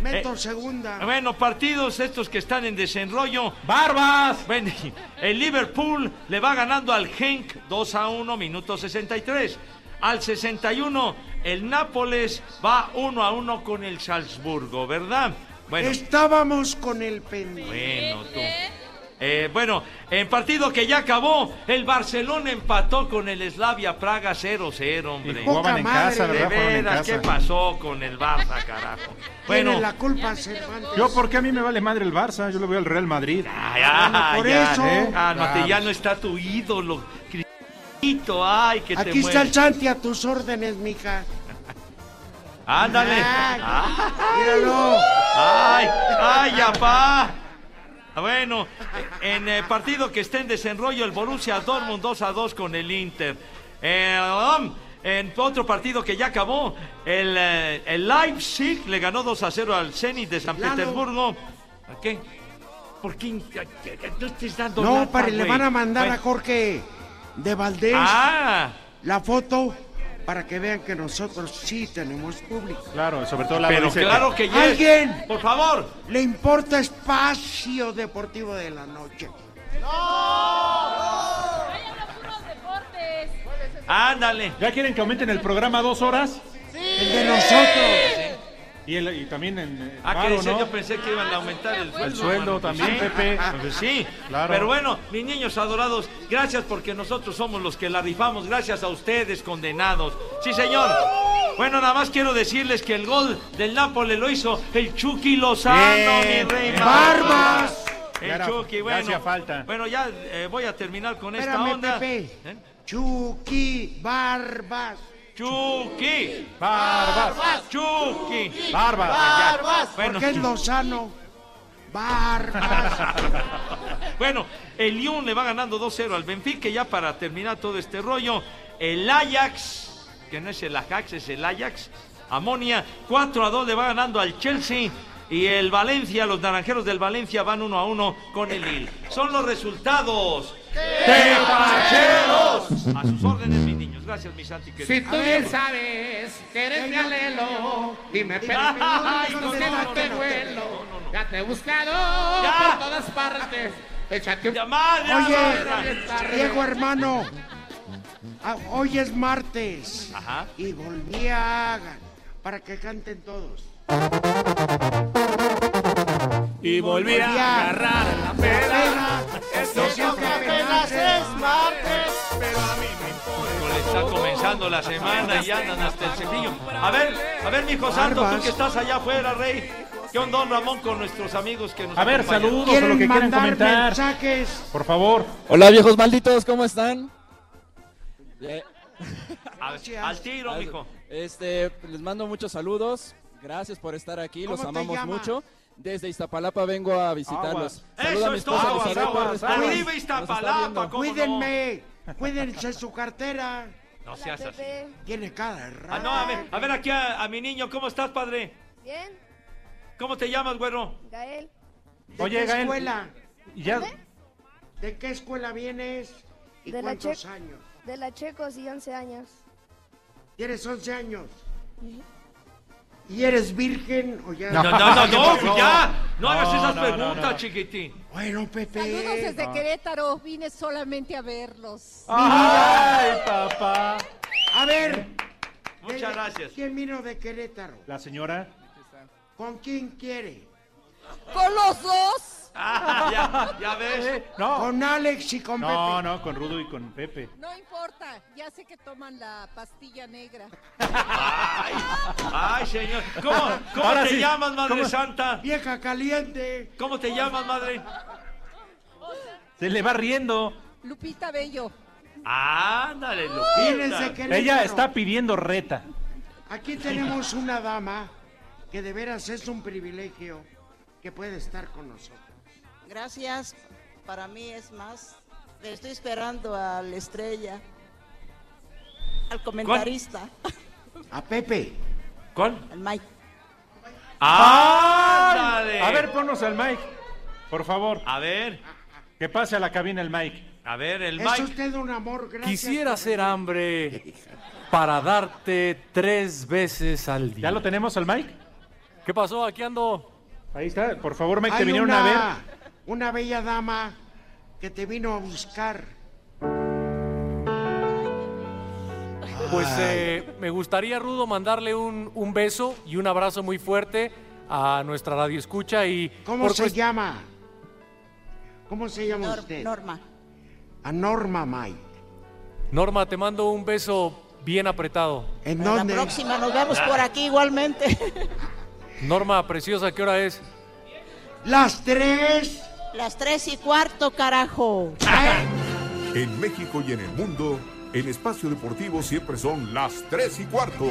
Speaker 3: Meto
Speaker 4: Eh,
Speaker 3: segunda.
Speaker 4: Bueno, partidos estos que están en desenrollo. ¡Barbas! Bueno, el Liverpool le va ganando al Genk 2 a 1, minuto 63. Al 61, el Nápoles va 1 a 1 con el Salzburgo, ¿verdad? Bueno,
Speaker 3: Estábamos con el pendiente.
Speaker 4: bueno, tú. Eh, bueno, en partido que ya acabó, el Barcelona empató con el Slavia Praga 0-0, hombre.
Speaker 5: Y jugaban en Poca madre. casa, ¿verdad?
Speaker 4: De
Speaker 5: Jugaban en
Speaker 4: veras,
Speaker 5: casa.
Speaker 4: ¿qué pasó con el Barça, carajo?
Speaker 3: Tiene
Speaker 4: Bueno,
Speaker 3: la culpa, Cervantes.
Speaker 5: Yo, porque a mí me vale madre el Barça? Yo le voy al Real Madrid.
Speaker 4: Ah,
Speaker 3: por
Speaker 4: ya,
Speaker 3: eso.
Speaker 4: ¿eh? Cálmate, ya
Speaker 5: Vamos.
Speaker 4: no está tu ídolo. Cristo, ay, que te
Speaker 3: Aquí está
Speaker 4: mueres.
Speaker 3: el Santi a tus órdenes, mija.
Speaker 4: Ándale.
Speaker 3: Ah,
Speaker 4: Ay.
Speaker 3: míralo.
Speaker 4: Ay, ay, apá. Bueno, en el partido que esté en desenrollo, el Borussia Dortmund 2 a 2 con el Inter. Eh, um, en otro partido que ya acabó, el, eh, el Leipzig le ganó 2 a 0 al Zenit de San
Speaker 3: Lalo.
Speaker 4: Petersburgo. ¿A ¿Qué? ¿Por qué no estés dando
Speaker 3: No,
Speaker 4: lata,
Speaker 3: para, le
Speaker 4: güey?
Speaker 3: van a mandar a
Speaker 4: Bueno.
Speaker 3: Jorge de Valdés
Speaker 4: Ah,
Speaker 3: la foto para que vean que nosotros sí tenemos público.
Speaker 5: Claro, sobre todo la dice
Speaker 3: alguien,
Speaker 4: por favor,
Speaker 3: le importa espacio deportivo de la noche.
Speaker 4: Ándale.
Speaker 5: ¿Ya quieren que aumenten el programa dos horas?
Speaker 3: El de nosotros.
Speaker 5: Y, el- y también en eh,
Speaker 4: Ah, que
Speaker 5: paro,
Speaker 4: decía,
Speaker 5: ¿no?
Speaker 4: yo pensé que iban a aumentar el sueldo.
Speaker 5: El sueldo
Speaker 4: mano.
Speaker 5: también,
Speaker 4: Sí.
Speaker 5: Pepe.
Speaker 4: Pues sí,
Speaker 5: Claro.
Speaker 4: pero bueno, mis niños adorados, gracias porque nosotros somos los que la rifamos, gracias a ustedes, condenados. Sí, señor. Bueno, nada más quiero decirles que el gol del Nápoles lo hizo el Chucky Lozano,
Speaker 5: Bien,
Speaker 4: mi rey.
Speaker 5: bien.
Speaker 3: ¡Barbas!
Speaker 5: Ya
Speaker 4: El
Speaker 5: era-
Speaker 4: Chucky,
Speaker 5: ya
Speaker 4: bueno.
Speaker 5: hacía falta.
Speaker 4: Bueno, ya eh, voy a terminar con
Speaker 3: Espérame,
Speaker 4: esta onda.
Speaker 3: Pepe.
Speaker 4: ¿Eh?
Speaker 3: Chucky Barbas.
Speaker 4: Chucky.
Speaker 3: Barbas.
Speaker 4: Chucky.
Speaker 3: Barbas.
Speaker 4: Ya. Bueno.
Speaker 3: Porque es Lozano. Barbas.
Speaker 4: Bueno, el Lyon le va ganando 2-0 al Benfica ya para terminar todo este rollo. El Ajax, que no es el Ajax, es el Ajax. Amonia, 4-2 le va ganando al Chelsea. Y el Valencia, los naranjeros del Valencia van 1 a 1 con el Lille. Son los resultados. ¡Tepacheros! A sus órdenes, mis niños. Gracias, mis santi queridos.
Speaker 18: Si tú bien sabes que eres mi alelo, dime, pero
Speaker 4: Ay,
Speaker 18: ¿por qué
Speaker 4: no, no,
Speaker 18: no te
Speaker 4: no,
Speaker 18: duelo? Ya te he buscado
Speaker 4: Ya.
Speaker 18: por todas partes. Échate un...
Speaker 3: Oye, Diego hermano, ah, hoy es martes y volví a Hagan para que canten todos.
Speaker 17: Y volví a agarrar la peda. Eso que apenas es martes. Pero a mí me
Speaker 4: Híjole, Está comenzando la semana y andan hasta el cepillo. A ver, a ver, mijo santo, tú que estás allá afuera, rey. ¿Qué onda, don Ramón, con nuestros amigos que nos
Speaker 5: A ver,
Speaker 4: acompañan?
Speaker 5: saludos a lo que quieran comentar.
Speaker 3: mensajes?
Speaker 5: Por favor.
Speaker 19: Hola viejos malditos, ¿cómo están?
Speaker 4: A- al tiro, mijo.
Speaker 19: Este, les mando muchos saludos. Gracias por estar aquí, los
Speaker 3: ¿Cómo te
Speaker 19: amamos
Speaker 3: llamas?
Speaker 19: mucho. Desde Iztapalapa vengo a visitarlos.
Speaker 4: Aguas.
Speaker 19: Saluda a mi
Speaker 4: Eso es
Speaker 19: esposa
Speaker 4: todo,
Speaker 19: Elizabeth
Speaker 4: aguas,
Speaker 19: Pérez
Speaker 4: aguas.
Speaker 19: Pérez.
Speaker 4: Viva
Speaker 19: Nos está
Speaker 4: Iztapalapa,
Speaker 19: viendo.
Speaker 4: ¿cómo
Speaker 3: Cuídenme, cuídense su cartera.
Speaker 4: No seas así.
Speaker 3: Tiene cara de
Speaker 4: Ah,
Speaker 3: raro.
Speaker 4: no, a ver, a ver aquí a, a mi niño, ¿cómo estás, padre?
Speaker 20: Bien,
Speaker 4: ¿Cómo te llamas, güero?
Speaker 20: Gael.
Speaker 3: ¿De
Speaker 5: Oye,
Speaker 3: qué
Speaker 5: Gael,
Speaker 3: escuela?
Speaker 5: y ya-
Speaker 3: ¿De qué escuela vienes y
Speaker 20: De la
Speaker 3: cuántos
Speaker 20: Che-
Speaker 3: años?
Speaker 20: De la Checos y 11 años.
Speaker 3: Tienes 11 años. ¿Y eres virgen o ya?
Speaker 4: No, no, Ah,
Speaker 5: Ah,
Speaker 4: no, no, ya. No hagas esas preguntas,
Speaker 3: no, no.
Speaker 4: chiquitín.
Speaker 3: Bueno, Pepe.
Speaker 8: Saludos desde Querétaro, vine solamente a verlos.
Speaker 3: Ah.
Speaker 5: Ay, papá.
Speaker 3: A ver.
Speaker 4: Muchas gracias.
Speaker 3: ¿Quién vino de Querétaro?
Speaker 5: La señora.
Speaker 3: ¿Con quién quiere?
Speaker 8: Con los dos.
Speaker 4: Ah, ya, ya ves.
Speaker 5: Eh, No.
Speaker 3: Con Alex y con
Speaker 5: No, no, con Rudo y con Pepe.
Speaker 8: No importa, ya sé que toman la pastilla negra.
Speaker 4: Ay, señor. ¿Cómo, cómo
Speaker 5: Ahora
Speaker 4: te
Speaker 5: sí.
Speaker 4: llamas, Madre
Speaker 5: ¿Cómo?
Speaker 4: Santa?
Speaker 3: Vieja caliente.
Speaker 4: ¿Cómo te llamas, Madre?
Speaker 5: Se le va riendo.
Speaker 8: Lupita Bello.
Speaker 4: Ándale,
Speaker 3: Fíjense que-
Speaker 4: Lupita.
Speaker 5: Ella está pidiendo reta.
Speaker 3: Aquí tenemos una dama que de veras es un privilegio que puede estar con nosotros.
Speaker 21: Gracias. Para mí es más. Le estoy esperando a la estrella, al comentarista,
Speaker 3: A Pepe.
Speaker 4: ¿Cuál? Ah,
Speaker 21: al Mike.
Speaker 4: ¡Ándale!
Speaker 5: A ver, ponos al mic, por favor.
Speaker 4: A ver.
Speaker 5: Que pase a la cabina el mic.
Speaker 4: A ver, el
Speaker 3: Es usted un amor, gracias.
Speaker 22: Quisiera ser hambre para darte tres veces al día.
Speaker 5: ¿Ya lo tenemos al mic?
Speaker 22: ¿Qué pasó? Aquí ando.
Speaker 5: Ahí está. Por favor, Mike, te
Speaker 3: Hay
Speaker 5: vinieron a ver.
Speaker 3: una, una bella dama que te vino a buscar.
Speaker 22: Pues eh, me gustaría, Rudo, mandarle un, un beso y un abrazo muy fuerte a nuestra radio escucha y...
Speaker 3: ¿Cómo
Speaker 22: por
Speaker 3: se
Speaker 22: cuest-
Speaker 3: llama? ¿Cómo se llama
Speaker 21: Nor-
Speaker 3: usted?
Speaker 21: Norma.
Speaker 3: A Norma May.
Speaker 22: Norma, te mando un beso bien apretado.
Speaker 3: ¿En
Speaker 21: La próxima nos vemos por aquí igualmente.
Speaker 22: Norma, preciosa, ¿qué hora es?
Speaker 3: Las tres. Ah.
Speaker 21: Las tres y cuarto, carajo.
Speaker 23: En México y en el mundo, en espacio deportivo siempre son las 3 y cuarto.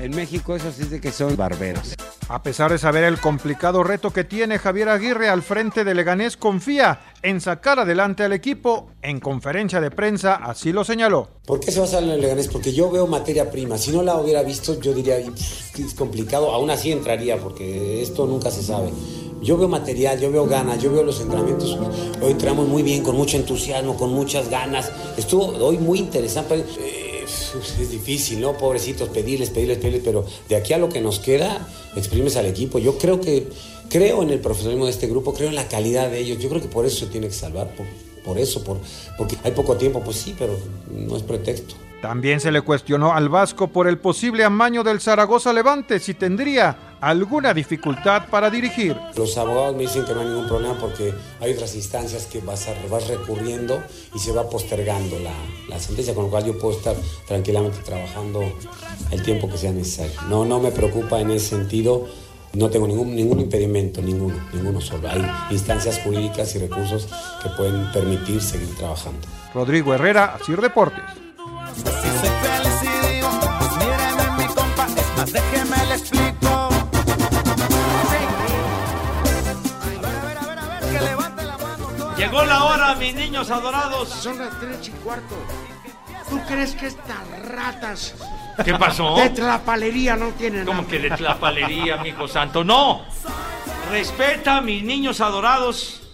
Speaker 24: En México eso sí de que son barberos.
Speaker 1: A pesar de saber el complicado reto que tiene Javier Aguirre al frente de Leganés, confía en sacar adelante al equipo. En conferencia de prensa así lo señaló.
Speaker 25: ¿Por qué se basa en el Leganés? Porque yo veo materia prima. Si no la hubiera visto, yo diría, "Pff, es complicado. Aún así entraría, porque esto nunca se sabe. Yo veo material, yo veo ganas, yo veo los entrenamientos. Hoy entramos muy bien, con mucho entusiasmo, con muchas ganas. Estuvo hoy muy interesante. Eh, es difícil, ¿no? Pobrecitos, pedirles, pedirles, pedirles, pero de aquí a lo que nos queda, exprimes al equipo. Yo creo que, creo en el profesionalismo de este grupo, creo en la calidad de ellos. Yo creo que por eso se tiene que salvar, por, por eso, por, porque hay poco tiempo, pues sí, pero no es pretexto.
Speaker 1: También se le cuestionó al Vasco por el posible amaño del Zaragoza Levante si tendría alguna dificultad para dirigir.
Speaker 25: Los abogados me dicen que no hay ningún problema porque hay otras instancias que vas, a- vas recurriendo y se va postergando la, la sentencia, con lo cual yo puedo estar tranquilamente trabajando el tiempo que sea necesario. No, no me preocupa en ese sentido. No tengo ningún, ningún impedimento, ninguno, ninguno solo. Hay instancias jurídicas y recursos que pueden permitir seguir trabajando.
Speaker 1: Rodrigo Herrera, Asir Deportes.
Speaker 17: Más déjeme le explico.
Speaker 4: Llegó la hora, mis niños adorados.
Speaker 3: Son las tres y cuarto. ¿Tú crees que estas ratas
Speaker 4: ¿Qué pasó?
Speaker 3: de trapalería no tienen
Speaker 4: Como que de tlapalería, mi hijo santo. ¡No! Respeta a mis niños adorados,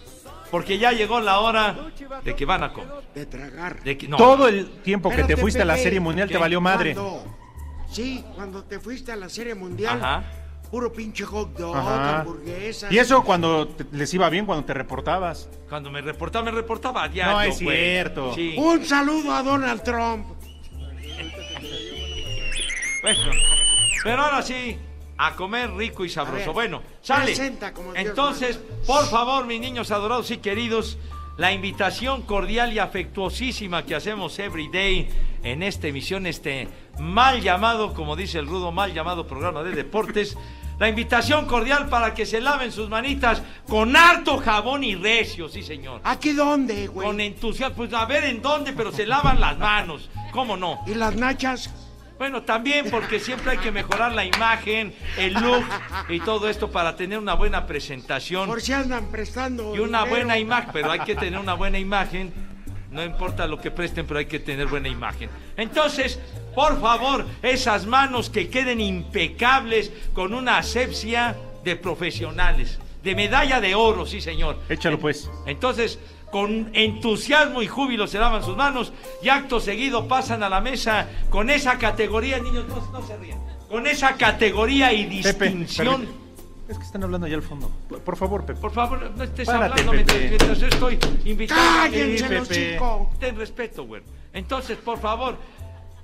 Speaker 4: porque ya llegó la hora de que van a comer.
Speaker 3: De tragar.
Speaker 5: Todo el tiempo que te
Speaker 3: Espérate,
Speaker 5: fuiste a la
Speaker 3: Pepe.
Speaker 5: Serie Mundial te valió madre.
Speaker 3: Cuando- Sí, cuando te fuiste a la Serie Mundial,
Speaker 5: Ajá.
Speaker 3: puro pinche hot dog,
Speaker 5: Ajá.
Speaker 3: hamburguesas.
Speaker 5: Y eso cuando te- les iba bien, cuando te reportabas.
Speaker 4: Cuando me reportaba, me reportaba. Ya,
Speaker 5: No, es cierto.
Speaker 4: Sí.
Speaker 3: Un saludo a Donald Trump.
Speaker 4: Bueno, pero ahora sí, a comer rico y sabroso.
Speaker 3: ver,
Speaker 4: bueno, sale.
Speaker 3: presenta como Dios
Speaker 4: Entonces, por favor, mis niños adorados y queridos, la invitación cordial y afectuosísima que hacemos every day en esta emisión, este mal llamado, como dice el rudo, mal llamado programa de deportes. La invitación cordial para que se laven sus manitas con harto jabón y recio, sí señor.
Speaker 3: ¿Aquí dónde, güey?
Speaker 4: Con entusiasmo, pues a ver en dónde, pero se lavan las manos, ¿cómo no?
Speaker 3: ¿Y las nachas?
Speaker 4: Bueno, también porque siempre hay que mejorar la imagen, el look y todo esto para tener una buena presentación
Speaker 3: Por si andan prestando.
Speaker 4: y una
Speaker 3: dinero.
Speaker 4: buena imagen, pero hay que tener una buena imagen. No importa lo que presten, pero hay que tener buena imagen. Entonces, por favor, esas manos que queden impecables con una asepsia de profesionales, de medalla de oro, sí señor.
Speaker 5: Échalo pues.
Speaker 4: Entonces, con entusiasmo y júbilo se lavan sus manos y acto seguido pasan a la mesa con esa categoría, niños, no, no se rían, con esa categoría y
Speaker 5: Pepe,
Speaker 4: distinción.
Speaker 5: permíteme. es que están hablando allá al fondo. Por- Por favor, Pepe.
Speaker 4: Por favor, no estés
Speaker 5: Párate,
Speaker 4: hablando
Speaker 5: Pepe.
Speaker 4: mientras, mientras yo estoy invitado.
Speaker 5: ¡Cállense, los chicos!
Speaker 4: Ten respeto, güey. Entonces, por favor,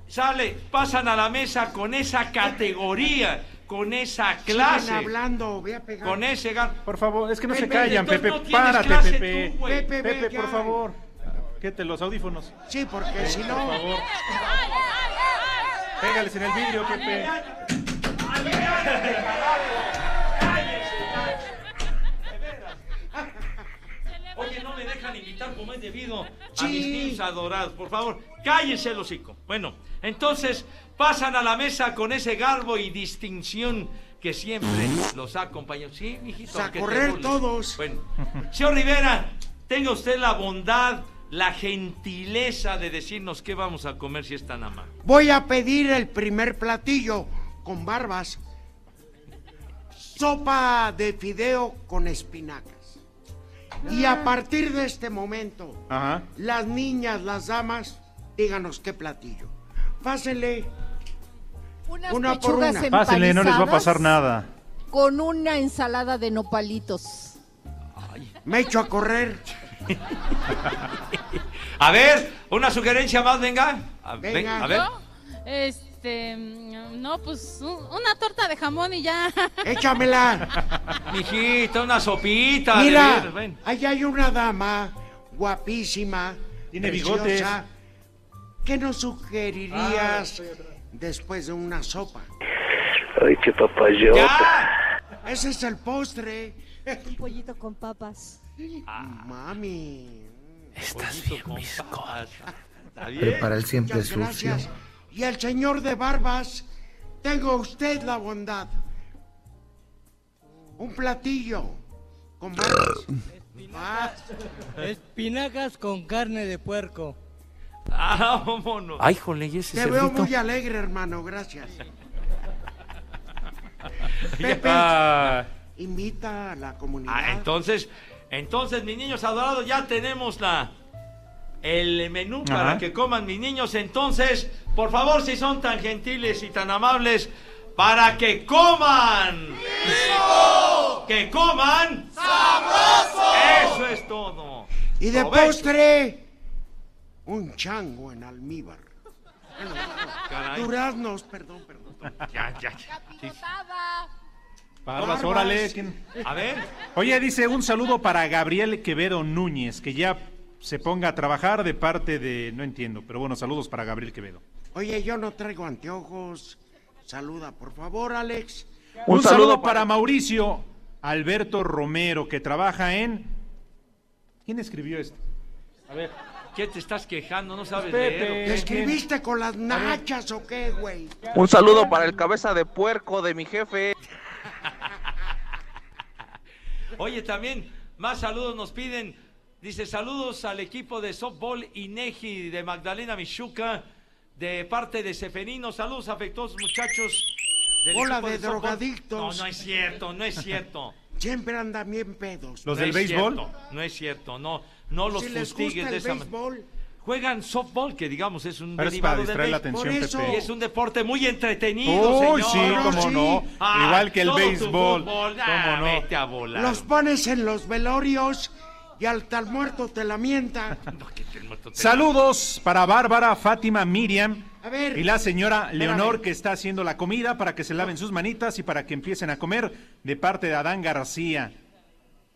Speaker 4: sale, pasan a la mesa con esa categoría, con esa
Speaker 3: Siguen
Speaker 4: clase,
Speaker 3: hablando, voy a pegar.
Speaker 4: con ese gan...
Speaker 5: Por favor, es que no se
Speaker 4: Pepe,
Speaker 5: callan,
Speaker 4: entonces
Speaker 5: Pepe.
Speaker 4: no tienes
Speaker 5: Párate,
Speaker 4: clase
Speaker 5: Pepe.
Speaker 4: tú, güey.
Speaker 5: Pepe,
Speaker 3: Pepe,
Speaker 5: por
Speaker 3: ya.
Speaker 5: favor. Quédate los audífonos.
Speaker 3: Sí, porque si no.
Speaker 5: Por favor. Pégales en el vidrio, Pepe.
Speaker 4: Oye, no me dejan invitar como es debido a
Speaker 17: Sí.
Speaker 4: mis niños adorados. Por favor, cállense el hocico. Bueno, entonces pasan a la mesa con ese garbo y distinción que siempre los ha acompañado. Sí, mijito.
Speaker 3: Pues A
Speaker 4: aunque te
Speaker 3: correr
Speaker 4: burles.
Speaker 3: todos.
Speaker 4: Bueno, señor Rivera, tenga usted la bondad, la gentileza de decirnos qué vamos a comer si es tan amable.
Speaker 3: Voy a pedir el primer platillo con barbas. Sopa de fideo con espinacas. Y a partir de este momento,
Speaker 5: Ajá.
Speaker 3: las niñas, las damas, díganos qué platillo. Pásenle.
Speaker 8: Unas
Speaker 3: Una por
Speaker 8: pechugas
Speaker 3: una.
Speaker 5: Pásenle, ¿eh? no les va a
Speaker 8: empanizadas
Speaker 5: pasar nada.
Speaker 8: Con una ensalada de nopalitos.
Speaker 3: Me echo a correr.
Speaker 4: A ver, una sugerencia más, venga. A, ven-
Speaker 3: Venga.
Speaker 4: a ver.
Speaker 10: Este, mm, no, pues un- una torta de jamón y ya.
Speaker 3: Échamela.
Speaker 4: Mijita, una sopita. de
Speaker 3: Mira,
Speaker 4: ver- ven.
Speaker 3: allá hay una dama guapísima.
Speaker 5: Tiene
Speaker 3: preciosa. ¿Qué nos
Speaker 5: Ah,
Speaker 3: sugerirías después de una sopa?
Speaker 2: Ay, qué papayota.
Speaker 3: Ese es el postre.
Speaker 7: Un pollito con papas.
Speaker 3: Mami.
Speaker 7: Estás
Speaker 4: bien, mis Está bien.
Speaker 2: Prepara el siempre
Speaker 3: Muchas
Speaker 2: sucio.
Speaker 3: gracias. Y al señor de barbas, tengo usted la bondad un platillo con varios- Ah,
Speaker 6: Espinacas con carne de puerco.
Speaker 4: Ah, vámonos.
Speaker 6: Ay, jole, ¿y ese
Speaker 3: Te veo
Speaker 6: cerdito?
Speaker 3: muy alegre, hermano, gracias. Pepe,
Speaker 4: Ah.
Speaker 3: invita a la comunidad.
Speaker 4: Ah, entonces, entonces, mis niños adorados, ya tenemos la el menú
Speaker 3: Ajá.
Speaker 4: para que coman mis niños. Entonces, por favor, si son tan gentiles y tan amables, para que coman. ¡Que coman! ¡Sabroso! Eso es todo.
Speaker 3: Y de
Speaker 4: Provecho.
Speaker 3: postre, un chango en almíbar.
Speaker 4: Caray.
Speaker 3: Duraznos, perdón, perdón.
Speaker 4: Ya, ya, ya. Sí.
Speaker 5: Barbas,
Speaker 3: Barbas.
Speaker 5: órale. ¿quién?
Speaker 4: A ver.
Speaker 5: Oye, dice un saludo para Gabriel Quevedo Núñez, que ya se ponga a trabajar de parte de. No entiendo, pero bueno, saludos para Gabriel Quevedo.
Speaker 3: Oye, yo no traigo anteojos. Saluda, por favor, Alex.
Speaker 5: Un, saludo, para Mauricio Alberto Romero, que trabaja en. ¿Quién escribió esto?
Speaker 4: A ver. ¿Qué te estás quejando? No sabes
Speaker 5: Pepe.
Speaker 4: leer.
Speaker 3: ¿Te escribiste con las nachas o qué, güey?
Speaker 9: Un saludo para el cabeza de puerco de mi jefe.
Speaker 4: Oye, también más saludos nos piden. Dice saludos al equipo de softball Inegi de Magdalena Michuca de parte de Seferino. Saludos afectuosos muchachos. del
Speaker 3: Hola,
Speaker 4: equipo
Speaker 3: de
Speaker 4: softball.
Speaker 3: drogadictos.
Speaker 4: No, no es cierto, no es cierto.
Speaker 3: Siempre andan bien pedos.
Speaker 4: No es cierto, no es cierto, no, no los
Speaker 3: si les
Speaker 4: fustigues
Speaker 3: gusta
Speaker 4: de
Speaker 3: el
Speaker 4: esa manera.
Speaker 3: béisbol,
Speaker 4: Juegan softball, que digamos es un
Speaker 5: Pero es
Speaker 4: derivado
Speaker 5: para
Speaker 4: del
Speaker 5: distraer la
Speaker 4: béisbol.
Speaker 5: atención, Por eso. Pepe.
Speaker 4: Y es un deporte muy entretenido,
Speaker 5: Uy,
Speaker 4: señor.
Speaker 5: sí, cómo no.
Speaker 4: Ah,
Speaker 5: Igual que el
Speaker 4: todo tu
Speaker 5: béisbol.
Speaker 4: fútbol, ah,
Speaker 5: Cómo no.
Speaker 4: vete a volar.
Speaker 3: los pones en los velorios y al tal muerto te la mienta.
Speaker 5: Saludos para Bárbara, Fátima, Miriam
Speaker 3: A ver.
Speaker 5: y la señora
Speaker 3: espérame.
Speaker 5: Leonor que está haciendo la comida para que se laven sus manitas y para que empiecen a comer de parte de Adán García.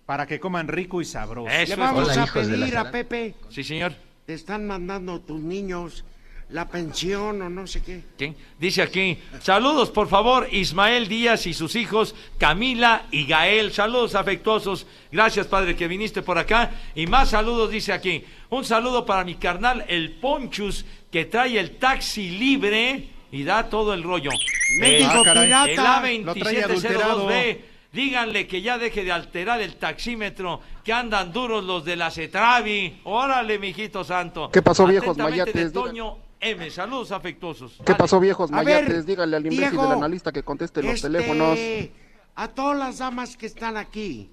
Speaker 5: Para que coman rico y sabroso.
Speaker 3: Le vamos a pedir a Pepe.
Speaker 4: Sí, señor.
Speaker 3: Te están mandando tus niños la pensión o no sé qué.
Speaker 4: ¿Quién? Dice aquí, saludos por favor Ismael Díaz y sus hijos Camila y Gael, saludos afectuosos, gracias padre que viniste por acá y más saludos dice aquí, un saludo para mi carnal el Ponchus que trae el taxi libre y da todo el rollo.
Speaker 3: México
Speaker 4: El-
Speaker 3: Ah, caray. pirata.
Speaker 4: El
Speaker 3: Lo trae adulterado.
Speaker 4: A2702B, díganle que ya deje de alterar el taxímetro, que andan duros los de la Cetravi, órale mijito santo.
Speaker 12: ¿Qué pasó, viejos
Speaker 4: Atentamente, de
Speaker 12: mayates?
Speaker 4: Toño M, saludos afectuosos.
Speaker 12: ¿Qué pasó, viejos
Speaker 3: A ver,
Speaker 12: mayates? Díganle al imbécil
Speaker 3: Diego,
Speaker 12: del analista que conteste los
Speaker 3: Este,
Speaker 12: teléfonos.
Speaker 3: A todas las damas que están aquí,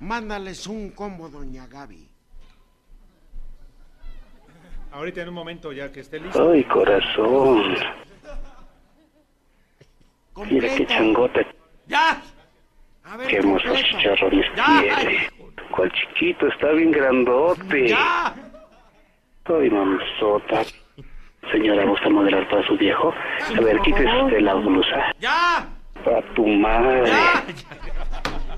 Speaker 3: mándales un combo, doña Gaby.
Speaker 5: Ahorita en un momento ya que esté listo.
Speaker 2: Ay, corazón. Mira qué changota,
Speaker 4: ¡Ya!
Speaker 3: A
Speaker 2: qué hermosos chicharrones tiene. Cuál chiquito, está bien grandote. Ay, mamazota. Señora, ¿gusta moderar para su viejo? A ver, quítese usted la blusa.
Speaker 4: ¡Ya!
Speaker 2: A tu madre.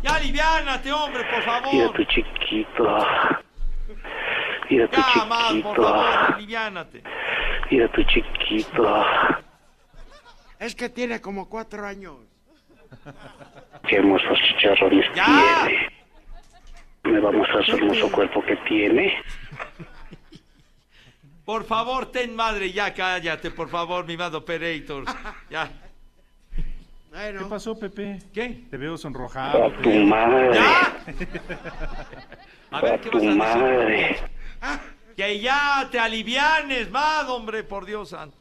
Speaker 4: Ya aliviánate, hombre, por favor.
Speaker 2: Mira tu chiquito. Mira tu
Speaker 4: Ya, más, por
Speaker 2: chiquito.
Speaker 4: favor, aliviánate.
Speaker 2: Mira tu chiquito.
Speaker 3: Es que tiene como cuatro años.
Speaker 2: Qué hermosos chicharrones tiene. Me va a mostrar su hermoso cuerpo que tiene.
Speaker 4: Por favor, ten madre, ya cállate, por favor, mi mad operator. Ya.
Speaker 5: ¿Qué pasó, Pepe?
Speaker 4: ¿Qué?
Speaker 5: Te veo sonrojado.
Speaker 2: A tu madre.
Speaker 4: A
Speaker 2: A
Speaker 4: ver, ¿qué
Speaker 2: tu
Speaker 4: vas a decir?
Speaker 2: madre.
Speaker 4: Que ya te alivianes, mad, hombre, por Dios santo.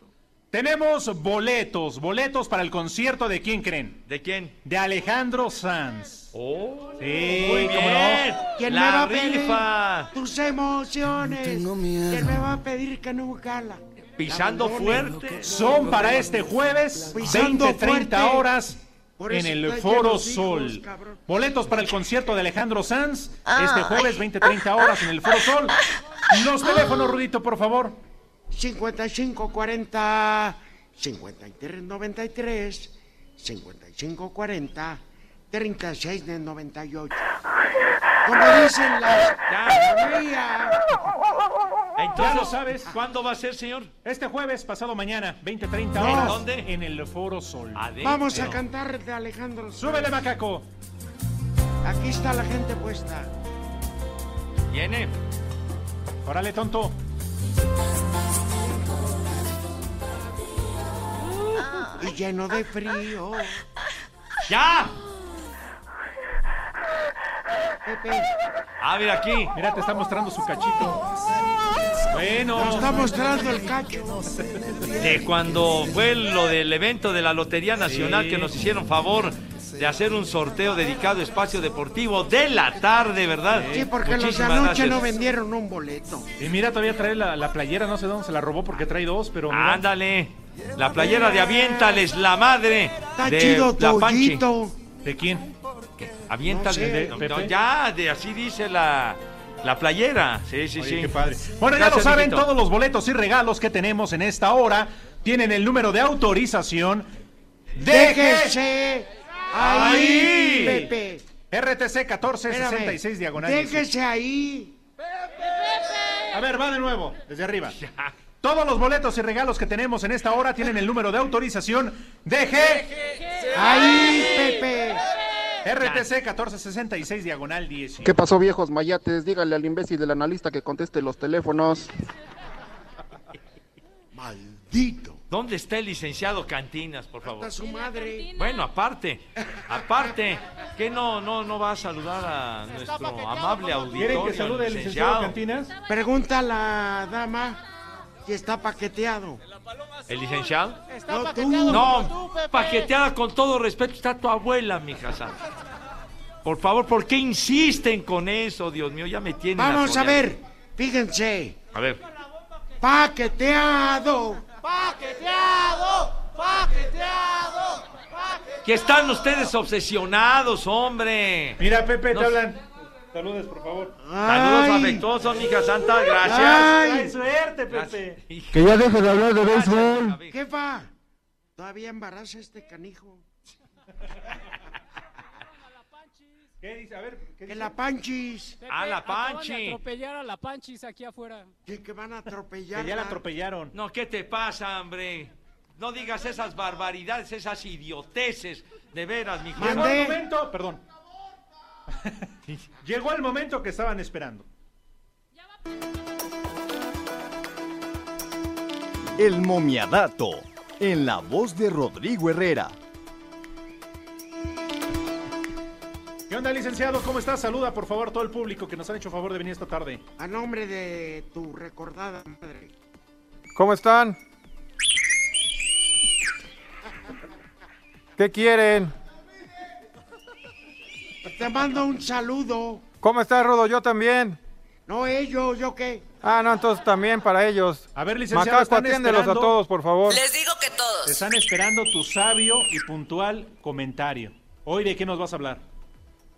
Speaker 5: Tenemos boletos, boletos para el concierto de quién creen?
Speaker 4: ¿De quién?
Speaker 5: De Alejandro Sanz.
Speaker 4: Oh,
Speaker 5: sí,
Speaker 4: muy
Speaker 5: cómo
Speaker 4: bien.
Speaker 5: no.
Speaker 3: ¿Quién
Speaker 5: La
Speaker 3: me va a
Speaker 4: rifa.
Speaker 3: pedir tus emociones? ¿Quién me va a pedir que no gala?
Speaker 4: Pisando fuerte.
Speaker 5: Son para este jueves,
Speaker 3: Pisando
Speaker 5: 20-30
Speaker 3: fuerte.
Speaker 5: horas
Speaker 3: Por
Speaker 5: en
Speaker 3: eso
Speaker 5: el
Speaker 3: traes a
Speaker 5: Foro
Speaker 3: los hijos,
Speaker 5: Sol.
Speaker 3: cabrón.
Speaker 5: Boletos para el concierto de Alejandro Sanz,
Speaker 3: Ah.
Speaker 5: este jueves 20-30 horas en el Foro Sol. Los teléfonos, Rudito, por favor.
Speaker 3: 5540 5393 5540 36 del 98. Como dicen las.
Speaker 4: Entonces,
Speaker 5: Ya lo sabes.
Speaker 4: ¿Cuándo va a ser, señor?
Speaker 5: Este jueves, pasado mañana, 20-30
Speaker 3: No.
Speaker 5: horas.
Speaker 3: ¿Dónde?
Speaker 5: En el Foro Sol.
Speaker 3: Vamos a cantar de Alejandro. Sanz.
Speaker 5: Súbele, macaco.
Speaker 3: Aquí está la gente puesta.
Speaker 4: Viene.
Speaker 5: Órale, tonto.
Speaker 3: Y lleno de frío.
Speaker 4: ¡Ya!
Speaker 3: Pepe.
Speaker 4: Ah, mira aquí.
Speaker 5: Mira, te está mostrando su cachito. Bueno.
Speaker 3: Nos está mostrando el cacho.
Speaker 4: De cuando fue lo del evento de la Lotería Nacional que nos hicieron favor de hacer un sorteo dedicado a espacio deportivo de la tarde, ¿verdad?
Speaker 3: Sí, porque
Speaker 4: Muchísimas
Speaker 3: los de anoche
Speaker 4: gracias.
Speaker 3: no vendieron un boleto.
Speaker 5: Y mira, todavía trae la, la playera, no sé dónde se la robó porque trae dos, pero. mira.
Speaker 4: Ándale. La playera de Aviéntales, la madre.
Speaker 5: Está
Speaker 4: de
Speaker 5: chido,
Speaker 4: la Panchi.
Speaker 3: Toyito.
Speaker 5: ¿De quién?
Speaker 4: Aviéntales.
Speaker 5: No sé.
Speaker 4: de-
Speaker 5: ¿De
Speaker 4: no,
Speaker 5: Pepe?
Speaker 4: ya, de así dice la, la playera. Sí, sí,
Speaker 5: Oye,
Speaker 4: sí.
Speaker 5: qué padre. Bueno, ya
Speaker 4: Gracias,
Speaker 5: lo saben,
Speaker 4: mijito.
Speaker 5: todos los boletos y regalos que tenemos en esta hora tienen el número de autorización.
Speaker 3: Déjese ahí,
Speaker 5: ahí.
Speaker 3: Pepe.
Speaker 5: RTC 1466
Speaker 3: Espérame.
Speaker 5: diagonal.
Speaker 3: Déjese ahí.
Speaker 5: A ver, va de nuevo, desde arriba. Todos los boletos y regalos que tenemos en esta hora tienen el número de autorización DG
Speaker 3: Ahí, Pepe.
Speaker 5: RTC 1466 diagonal 10.
Speaker 12: ¿Qué pasó, viejos mayates? Dígale al imbécil del analista que conteste los teléfonos.
Speaker 4: Maldito. ¿Dónde está el licenciado Cantinas, por favor?
Speaker 3: Está su madre.
Speaker 4: Bueno, aparte, aparte, que no, no, no va a saludar a nuestro amable auditorio.
Speaker 5: ¿Quieren que salude el licenciado Cantinas?
Speaker 3: Pregunta a la dama si está paqueteado.
Speaker 4: ¿El licenciado?
Speaker 3: No, tú.
Speaker 4: No, paqueteada con todo respeto está tu abuela, mija santa. Por favor, ¿por qué insisten con eso? Dios mío, ya me tienen.
Speaker 3: Vamos a
Speaker 4: atoreado.
Speaker 3: ver. Fíjense.
Speaker 4: A ver.
Speaker 3: Paqueteado.
Speaker 17: Paqueteado, paqueteado.
Speaker 4: Que están ustedes obsesionados, hombre.
Speaker 5: Mira, Pepe,
Speaker 4: No
Speaker 5: te
Speaker 4: sé.
Speaker 5: hablan. Saludes, por favor.
Speaker 4: Saludos
Speaker 5: Ay.
Speaker 4: afectuosos, mija santa, gracias.
Speaker 5: Ay. Ay, suerte, Pepe.
Speaker 11: Que ya dejes de hablar de béisbol.
Speaker 3: ¿Qué va? Todavía embaraza este canijo.
Speaker 5: ¿Qué dice? A ver, ¿qué
Speaker 3: Que
Speaker 5: dice?
Speaker 3: la panchis.
Speaker 5: Ah,
Speaker 4: A la
Speaker 13: Acaban de
Speaker 4: Panchi.
Speaker 13: atropellar a la Panchis aquí afuera.
Speaker 3: Que, que van a atropellar.
Speaker 5: Que ya la atropellaron.
Speaker 4: No, ¿qué te pasa, hombre? No digas esas barbaridades, esas idioteces. De veras, mija.
Speaker 5: Llegó el momento, perdón. Llegó el momento que estaban esperando.
Speaker 13: El momiadato, en la voz de Rodrigo Herrera.
Speaker 5: ¿Qué onda, licenciado? ¿Cómo estás? Saluda, por favor, a todo el público que nos han hecho favor de venir esta tarde.
Speaker 3: A nombre de tu recordada madre.
Speaker 1: ¿Cómo están? ¿Qué quieren?
Speaker 3: Te mando un saludo.
Speaker 1: ¿Cómo estás, Rodo? Yo también.
Speaker 3: No ellos, yo qué.
Speaker 1: Ah, no, entonces también para ellos.
Speaker 5: A ver, licenciado,
Speaker 1: Macaco,
Speaker 5: están
Speaker 1: atiéndelos
Speaker 5: esperando.
Speaker 1: a todos, por favor.
Speaker 5: digo que todos. Te están esperando tu sabio y puntual comentario. Hoy, ¿de qué nos vas a hablar?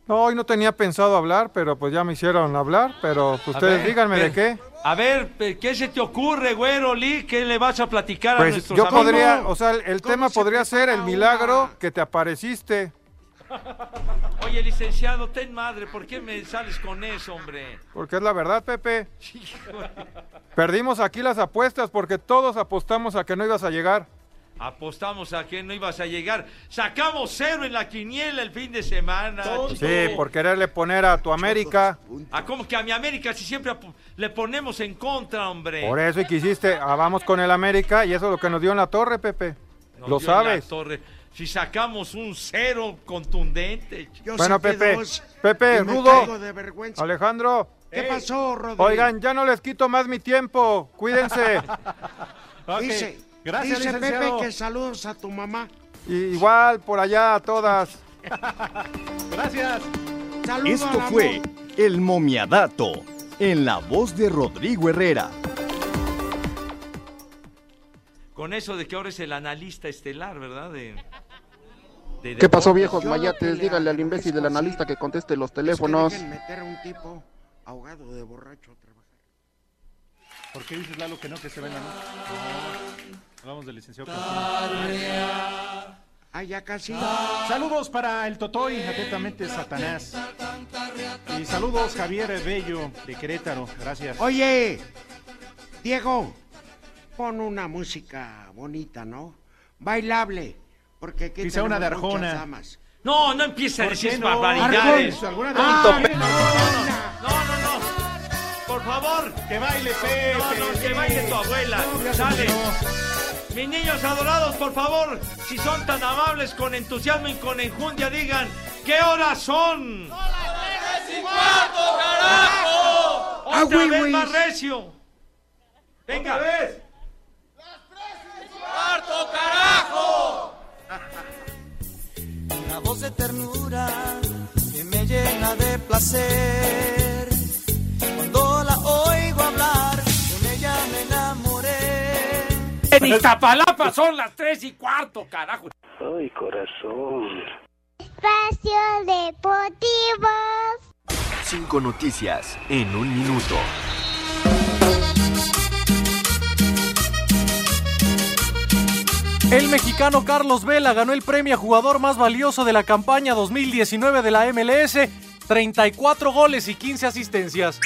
Speaker 1: No, hoy no tenía pensado hablar, pero pues ya me hicieron hablar, pero pues,
Speaker 4: A
Speaker 1: ustedes
Speaker 4: ver,
Speaker 1: díganme
Speaker 4: ve-
Speaker 1: de qué.
Speaker 4: A ver, pe- ¿qué se te ocurre, güero Lee? ¿Qué le vas a platicar a
Speaker 1: Pues
Speaker 4: nuestros
Speaker 1: yo
Speaker 4: amigos?
Speaker 1: podría, o sea, el- el tema podría ser el milagro que te apareciste.
Speaker 4: Oye, licenciado, ten madre, ¿por qué me sales con eso, hombre?
Speaker 1: Porque es la verdad, Pepe. Perdimos aquí las apuestas porque todos apostamos a que no ibas a llegar.
Speaker 4: Apostamos a que no ibas a llegar. Sacamos cero en la quiniela el fin de semana.
Speaker 1: Sí, por quererle poner a tu América.
Speaker 4: Ah, ¿cómo que a mi América si siempre apo- le ponemos en contra, hombre?
Speaker 1: Por eso y que hiciste, ah, vamos con el América y eso es lo que nos dio en la torre, Pepe.
Speaker 4: Nos
Speaker 1: Lo
Speaker 4: dio en la
Speaker 1: sabes.
Speaker 4: torre. Si sacamos un cero contundente.
Speaker 1: Bueno, Pepe, Pepe, Rudo, Alejandro.
Speaker 3: ¿Qué pasó, Rodrigo?
Speaker 1: Oigan, ya no les quito más mi tiempo. Cuídense.
Speaker 5: Ok.
Speaker 3: Dice,
Speaker 5: Gracias,
Speaker 3: dice Pepe
Speaker 5: licenciado.
Speaker 3: que saludos a tu mamá.
Speaker 1: Y igual por allá a todas.
Speaker 5: Gracias.
Speaker 3: Saludos a
Speaker 13: Esto
Speaker 3: la
Speaker 13: fue El momiadato, en la voz de Rodrigo Herrera.
Speaker 4: Con eso de que ahora es el analista estelar, ¿verdad? De- de
Speaker 12: ¿Qué pasó,
Speaker 4: deportes.
Speaker 12: viejos mayates? Dígale al imbécil del analista que conteste los teléfonos.
Speaker 3: Dejen meter a un tipo ahogado de borracho a trabajar.
Speaker 5: ¿Por qué dices, Lalo, que no, que se ven la noche? Hablamos del licenciado.
Speaker 3: Ah, ya casi.
Speaker 5: Saludos para el Totoy, atentamente Satanás. Y saludos, Javier Bello, de Querétaro. Gracias.
Speaker 3: Oye, Diego, pon una música bonita, ¿no? Bailable, porque aquí
Speaker 5: Quizá una de
Speaker 3: tenemos muchas
Speaker 5: Arjona.
Speaker 3: damas.
Speaker 4: No, no empieza a
Speaker 3: ¿Por qué
Speaker 4: decir
Speaker 3: no?
Speaker 4: barbaridades.
Speaker 3: Arjón, ¿alguna de-
Speaker 4: Tonto
Speaker 3: Ah,
Speaker 4: pe-
Speaker 3: no,
Speaker 4: Por favor,
Speaker 5: que baile Pepe.
Speaker 4: No, no, que baile tu abuela. Sale. Mis niños adorados, por favor, si son tan amables con entusiasmo y con enjundia, digan, ¿qué horas son?
Speaker 17: igual.
Speaker 4: ¡Pato, carajo!
Speaker 3: Ah,
Speaker 4: ¡Otra
Speaker 3: güey,
Speaker 4: vez
Speaker 3: güey.
Speaker 4: más recio! ¡Venga! vez!
Speaker 17: ¡Harto carajo!
Speaker 14: Una voz de ternura que me llena de placer. Cuando la oigo hablar, con ella me enamoré.
Speaker 17: En Iztapalapa son las tres y cuarto, carajo.
Speaker 2: Ay, corazón.
Speaker 15: Espacio Deportivo.
Speaker 13: Cinco noticias en un minuto.
Speaker 22: El mexicano Carlos Vela ganó el premio a jugador más valioso de la campaña 2019 de la MLS, 34 goles y 15 asistencias.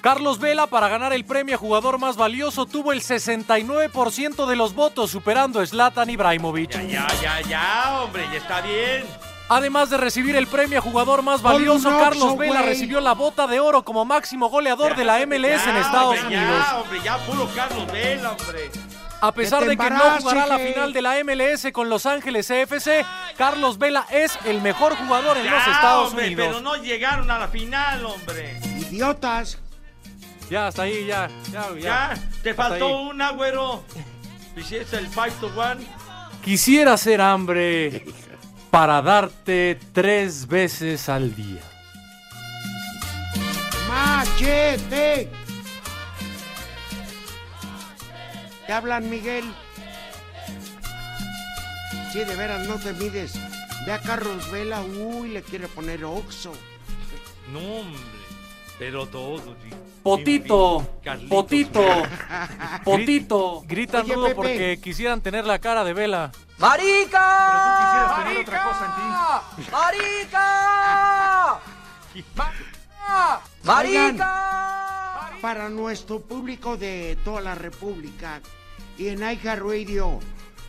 Speaker 22: Carlos Vela para ganar el premio a jugador más valioso tuvo el 69% de los votos, superando a Zlatan Ibrahimovic.
Speaker 4: Ya, ya, ya, hombre, ya está bien.
Speaker 22: Además de recibir el premio a jugador más
Speaker 4: Ponle un
Speaker 22: valioso,
Speaker 4: oxo,
Speaker 22: Carlos Vela
Speaker 4: güey.
Speaker 22: recibió la bota de oro como máximo goleador de la MLS en
Speaker 4: Ya,
Speaker 22: Estados
Speaker 4: hombre,
Speaker 22: Unidos.
Speaker 4: Ya, hombre, ya puro Carlos Vela, hombre.
Speaker 22: A pesar
Speaker 4: te
Speaker 22: de que no
Speaker 4: embaraces,
Speaker 22: jugará la
Speaker 4: je.
Speaker 22: final de la MLS con Los Ángeles FC, Carlos Vela es el mejor jugador en
Speaker 4: Ya,
Speaker 22: los Estados
Speaker 4: hombre,
Speaker 22: Unidos.
Speaker 4: Pero no llegaron a la final, hombre.
Speaker 3: Idiotas.
Speaker 22: Ya, hasta ahí, ya. Ya, ya.
Speaker 4: Ya, te
Speaker 22: Hasta
Speaker 4: faltó
Speaker 22: ahí.
Speaker 4: una, güero. Hiciste el 5 to 1.
Speaker 22: Quisiera ser hambre para darte tres veces al día.
Speaker 3: Machete. Te hablan, Miguel. Sí, de veras, no te mides. Ve a Carlos Vela, uy, le quiere poner Oxo.
Speaker 4: No, hombre. Pero todo. sí.
Speaker 22: Potito,
Speaker 4: Carlitos.
Speaker 22: potito, potito. Gritan
Speaker 4: Oye,
Speaker 22: rudo
Speaker 4: Pepe.
Speaker 22: porque quisieran tener la cara de Vela.
Speaker 17: ¡Marica! Pero tú quisieras
Speaker 22: otra cosa
Speaker 17: en ti. ¡Marica!
Speaker 3: Oigan, para nuestro público de toda la República y en Aija Radio,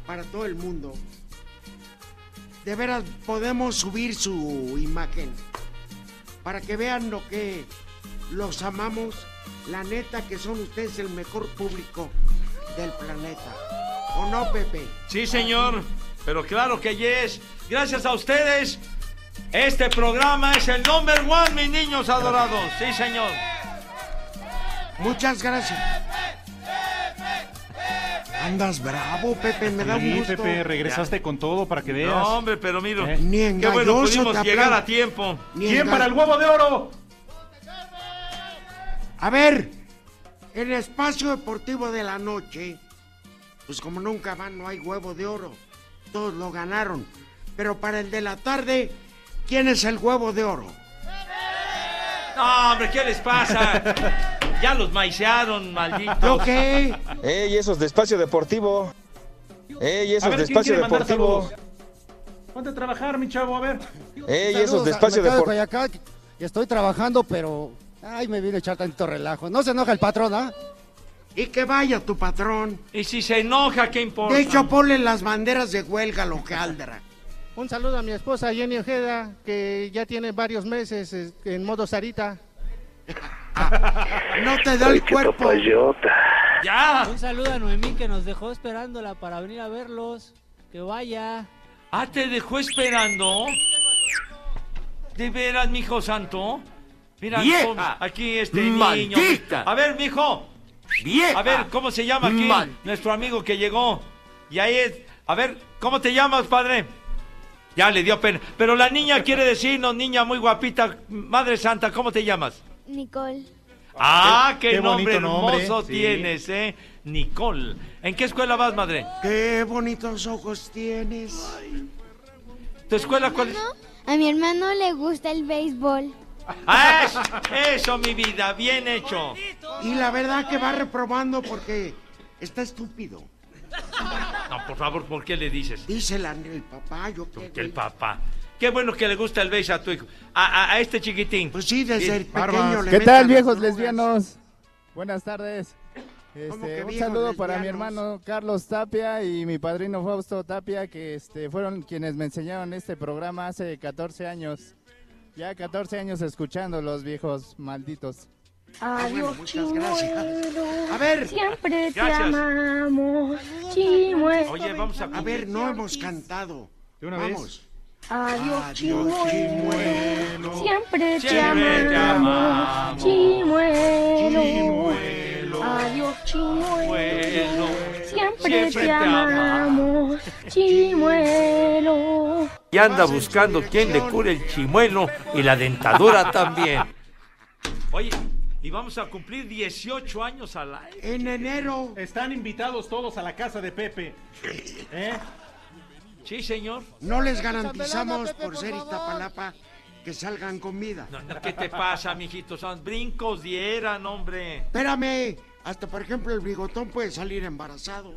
Speaker 3: para todo el mundo, de veras podemos subir su imagen para que vean lo que los amamos. La neta que son ustedes el mejor público del planeta. ¿O no, Pepe?
Speaker 4: Sí, señor. Pero claro que yes. Gracias a ustedes. Este programa es el number one, mis niños adorados. Sí, señor.
Speaker 3: Muchas gracias. Andas bravo, Pepe, me da un
Speaker 5: Sí,
Speaker 3: gusto.
Speaker 5: Pepe, regresaste con todo para que veas.
Speaker 4: No, hombre, pero mira.
Speaker 5: Ni
Speaker 4: Qué bueno
Speaker 5: engañoso
Speaker 4: pudimos
Speaker 5: te
Speaker 4: llegar
Speaker 5: hablan.
Speaker 4: a tiempo.
Speaker 5: Ni ¿Quién enga- para el huevo de oro?
Speaker 3: A ver, el espacio deportivo de la noche, pues como nunca van, no hay huevo de oro. Todos lo ganaron. Pero para el de la tarde, ¿quién es el huevo de oro?
Speaker 4: No, hombre, ¿qué les pasa? ya los maicearon, malditos.
Speaker 3: ¿Yo qué?
Speaker 16: ¡Ey, esos de espacio deportivo! ¡Ey,
Speaker 5: A
Speaker 16: esos
Speaker 5: ver,
Speaker 16: de
Speaker 5: ¿quién
Speaker 16: espacio
Speaker 5: quiere mandar
Speaker 16: deportivo!
Speaker 5: Ponte a trabajar, mi chavo, a ver.
Speaker 16: ¡Ey, esos de
Speaker 18: Saludos,
Speaker 16: espacio
Speaker 18: me acabo
Speaker 16: deportivo!
Speaker 18: Coyoacán y estoy trabajando, pero. Ay, me vine a echar tantito relajo. No se enoja el patrón, ¿ah?
Speaker 3: Y que vaya tu patrón.
Speaker 4: Y si se enoja, ¿qué importa?
Speaker 3: De hecho, ponle las banderas de huelga, lo que aldra.
Speaker 18: Un saludo a mi esposa Jenny Ojeda, que ya tiene varios meses eh, en modo Sarita.
Speaker 3: No te da el cuerpo.
Speaker 4: ¡Ya!
Speaker 6: Un saludo a Noemí que nos dejó esperándola para venir a verlos. Que vaya.
Speaker 4: Ah, te dejó esperando. ¿De veras, mijo santo? Mira,
Speaker 17: ¡Vieja!
Speaker 4: con- aquí este
Speaker 17: ¡Maldita!
Speaker 4: niño. A ver, mijo. A ver, ¿cómo se llama aquí
Speaker 17: Mal-
Speaker 4: nuestro amigo que llegó? Y ahí es. A ver, ¿cómo te llamas, padre? Ya le dio pena. Pero la niña quiere decirnos, niña muy guapita, Madre Santa, ¿cómo te llamas?
Speaker 15: Nicole.
Speaker 4: Ah, qué,
Speaker 15: qué
Speaker 4: nombre
Speaker 15: bonito nombre,
Speaker 4: hermoso
Speaker 15: sí.
Speaker 4: tienes, ¿eh? Nicole. ¿En qué escuela vas, madre?
Speaker 3: Qué bonitos ojos tienes.
Speaker 4: ¿Tu escuela cuál es?
Speaker 15: A mi hermano le gusta el béisbol.
Speaker 4: ¡Ah, es- Eso, mi vida, bien hecho.
Speaker 3: Y la verdad que va reprobando porque está estúpido.
Speaker 4: No, por favor, ¿por qué le dices?
Speaker 3: Dice la- el papá, yo qué.
Speaker 4: Que el
Speaker 3: güey.
Speaker 4: papá. Qué bueno que le gusta el beige a tu hijo. A, a- a este chiquitín.
Speaker 3: Pues sí, desde el pequeño le
Speaker 24: ¿Qué
Speaker 3: meten
Speaker 24: tal,
Speaker 3: las
Speaker 24: viejos
Speaker 3: drogas.
Speaker 24: lesbianos? Buenas tardes. Este,
Speaker 3: ¿Cómo que
Speaker 24: un
Speaker 3: viejos
Speaker 24: saludo para mi
Speaker 3: lesbianos?
Speaker 24: hermano Carlos Tapia y mi padrino Fausto Tapia, que este, fueron quienes me enseñaron este programa hace 14 años. Ya 14 años escuchando los viejos malditos.
Speaker 3: Ah,
Speaker 15: Adiós,
Speaker 3: A ver.
Speaker 15: Siempre te
Speaker 24: Gracias.
Speaker 15: amamos, chimuelo.
Speaker 4: Oye, vamos a
Speaker 3: A ver, no hemos cantado.
Speaker 5: De una
Speaker 3: vamos.
Speaker 15: Adiós, chimuelo. Ah, Siempre te
Speaker 17: Siempre te
Speaker 15: amamos.
Speaker 17: amamos.
Speaker 15: Chimuelo. Adiós,
Speaker 14: Pues,
Speaker 15: chimuelo. Siempre
Speaker 4: Siempre te
Speaker 15: te amamos. Chimuelo.
Speaker 4: Y anda buscando quién le cure el chimuelo y la dentadura también. Oye, y vamos a cumplir 18 años al aire.
Speaker 5: En enero. Están invitados todos a la casa de Pepe. ¿Eh?
Speaker 4: Sí, señor.
Speaker 3: No les garantizamos por ser Iztapalapa que salgan con vida.
Speaker 4: ¿Qué te pasa, mijito? Son brincos dieran, hombre.
Speaker 3: Espérame, hasta por ejemplo el bigotón puede salir embarazado.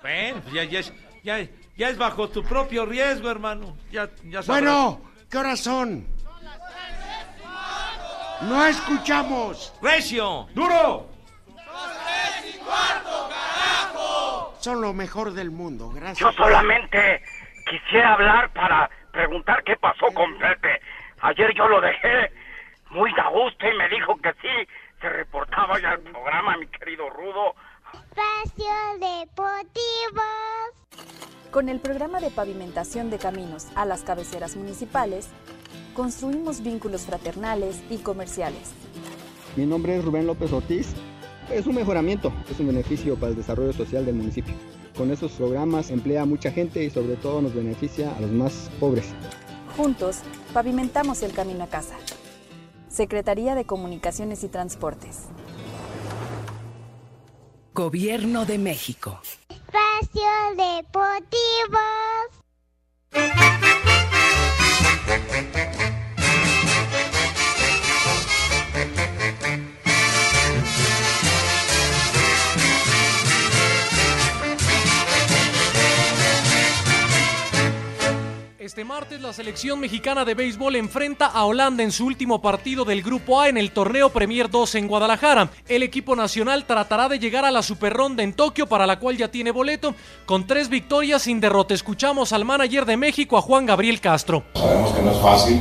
Speaker 4: Bueno, pues ya, ya, es- ya, ya es bajo tu propio riesgo, hermano. Ya, ya sabrás.
Speaker 3: Bueno, ¿qué horas son? No escuchamos.
Speaker 4: ¡Recio!
Speaker 5: ¡Duro!
Speaker 3: Son lo mejor del mundo, gracias.
Speaker 25: Yo solamente quisiera hablar para preguntar qué pasó con Pepe. este, Ayer yo lo dejé muy a gusto y me dijo que sí, se reportaba ya al programa, mi querido Rudo.
Speaker 19: Espacio Deportivo. Con el programa de pavimentación de caminos a las cabeceras municipales, construimos vínculos fraternales y comerciales.
Speaker 20: Mi nombre es Rubén López Ortiz. Es un mejoramiento, es un beneficio para el desarrollo social del municipio. Con estos programas emplea a mucha gente y sobre todo nos beneficia a los más pobres.
Speaker 19: Juntos, pavimentamos el camino a casa. Secretaría de Comunicaciones y Transportes.
Speaker 21: Gobierno de México.
Speaker 19: Espacio Deportivo.
Speaker 22: Este martes la selección mexicana de béisbol enfrenta a Holanda en su último partido del Grupo A en el torneo Premier 2 en Guadalajara. El equipo nacional tratará de llegar a la superronda en Tokio para la cual ya tiene boleto con tres victorias sin derrota. Escuchamos al manager de México a Juan Gabriel Castro.
Speaker 23: Sabemos que no es fácil,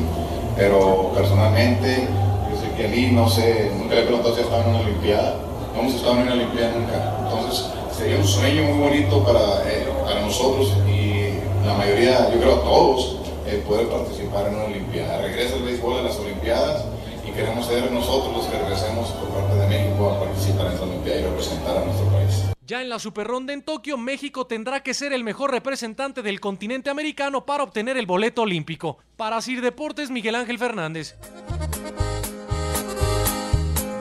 Speaker 23: pero personalmente, yo sé que Ali, no sé, nunca le he preguntado si ha estado en una Olimpiada. No hemos estado en una Olimpiada nunca. Entonces, sería un sueño muy bonito para, eh, para nosotros y la mayoría, yo creo todos, el poder participar en una Olimpiada. Regresa el béisbol a las Olimpiadas y queremos ser nosotros los que regresemos por parte de México a participar en esa Olimpiada y representar a nuestro país.
Speaker 22: Ya en la superronda en Tokio, México tendrá que ser el mejor representante del continente americano para obtener el boleto olímpico. Para Sir Deportes, Miguel Ángel Fernández.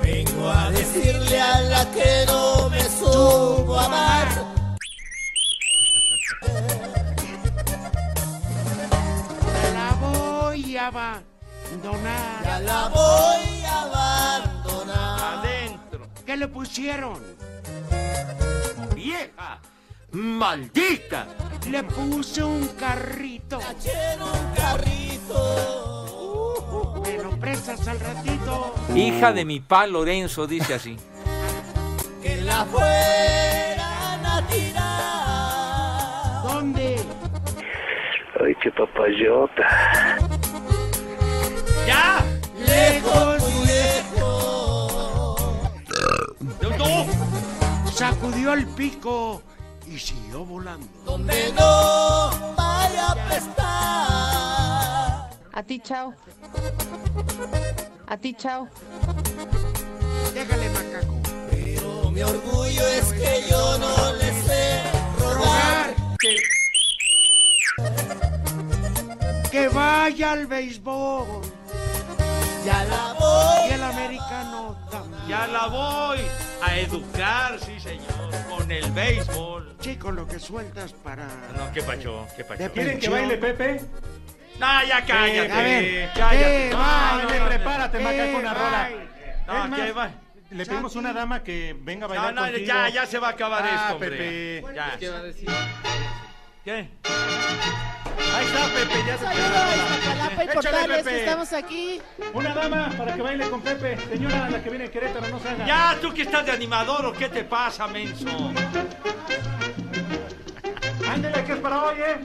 Speaker 17: Vengo a
Speaker 14: Decirle a la que no me supo amar.
Speaker 3: La voy a abandonar.
Speaker 14: Ya la voy
Speaker 3: a abandonar. Adentro. ¿Qué le pusieron?
Speaker 4: ¡Vieja! ¡Maldita!
Speaker 3: Le puse un carrito. un carrito. Me lo prestas al ratito.
Speaker 4: Hija de mi pa Lorenzo, dice así.
Speaker 14: Que la fueran a tirar.
Speaker 3: ¿Dónde?
Speaker 2: Ay, qué papayota.
Speaker 4: ¡Ya!
Speaker 14: Lejos, muy lejos.
Speaker 3: Sacudió el pico y siguió volando.
Speaker 14: Donde no vaya a prestar.
Speaker 26: A ti, chao. A ti, chao.
Speaker 3: Déjale, macaco.
Speaker 14: Pero mi orgullo es que yo no le sé rogar.
Speaker 3: Que vaya al béisbol.
Speaker 14: Ya la voy.
Speaker 3: Y el americano también.
Speaker 4: Ya la voy a educar, sí, señor, con el béisbol.
Speaker 3: Chico, lo que sueltas para.
Speaker 4: No, qué pacho, qué pacho.
Speaker 5: ¿Quieren que baile Pepe?
Speaker 4: No, ya cállate.
Speaker 5: A ver,
Speaker 4: cállate.
Speaker 5: eh,
Speaker 4: No,
Speaker 5: baile,
Speaker 4: no, no, no.
Speaker 5: prepárate,
Speaker 4: Eh,
Speaker 5: macaco, una rola.
Speaker 4: No,
Speaker 5: Es más,
Speaker 4: que va-
Speaker 5: Le pedimos a una dama que venga a
Speaker 4: No,
Speaker 5: bailar
Speaker 4: no,
Speaker 5: contigo.
Speaker 4: ya, ya se va a acabar
Speaker 5: Ah,
Speaker 4: esto, hombre.
Speaker 5: Pepe.
Speaker 4: Ya.
Speaker 5: ¿Qué va a
Speaker 4: decir? ¿Qué? Ahí está, Pepe, ya se
Speaker 5: Saludos,
Speaker 4: quedó.
Speaker 5: Iztapalapa y
Speaker 4: Échale,
Speaker 5: Portales,
Speaker 4: Pepe.
Speaker 5: que estamos
Speaker 27: aquí.
Speaker 5: Una dama para que baile con Pepe. Señora, la que viene de Querétaro, no se haga.
Speaker 4: Ya, tú que estás de animador o qué te pasa, menso.
Speaker 5: Ándele, que es para hoy, ¿eh?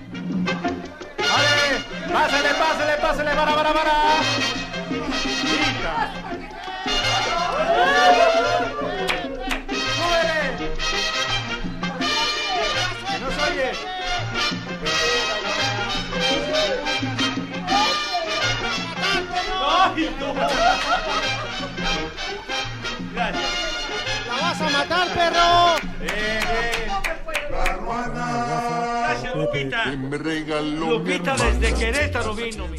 Speaker 5: ¡Vale! ¡Pásale, pásale, pásale! ¡Vara, vara, vara! ¡Hija! ¡Súbele! ¡Que no se oye!
Speaker 1: perro!
Speaker 14: Eh,
Speaker 4: Gracias, Lupita.
Speaker 1: Me regaló
Speaker 4: Lupita
Speaker 1: mi hermana.
Speaker 4: desde Querétaro vino, mi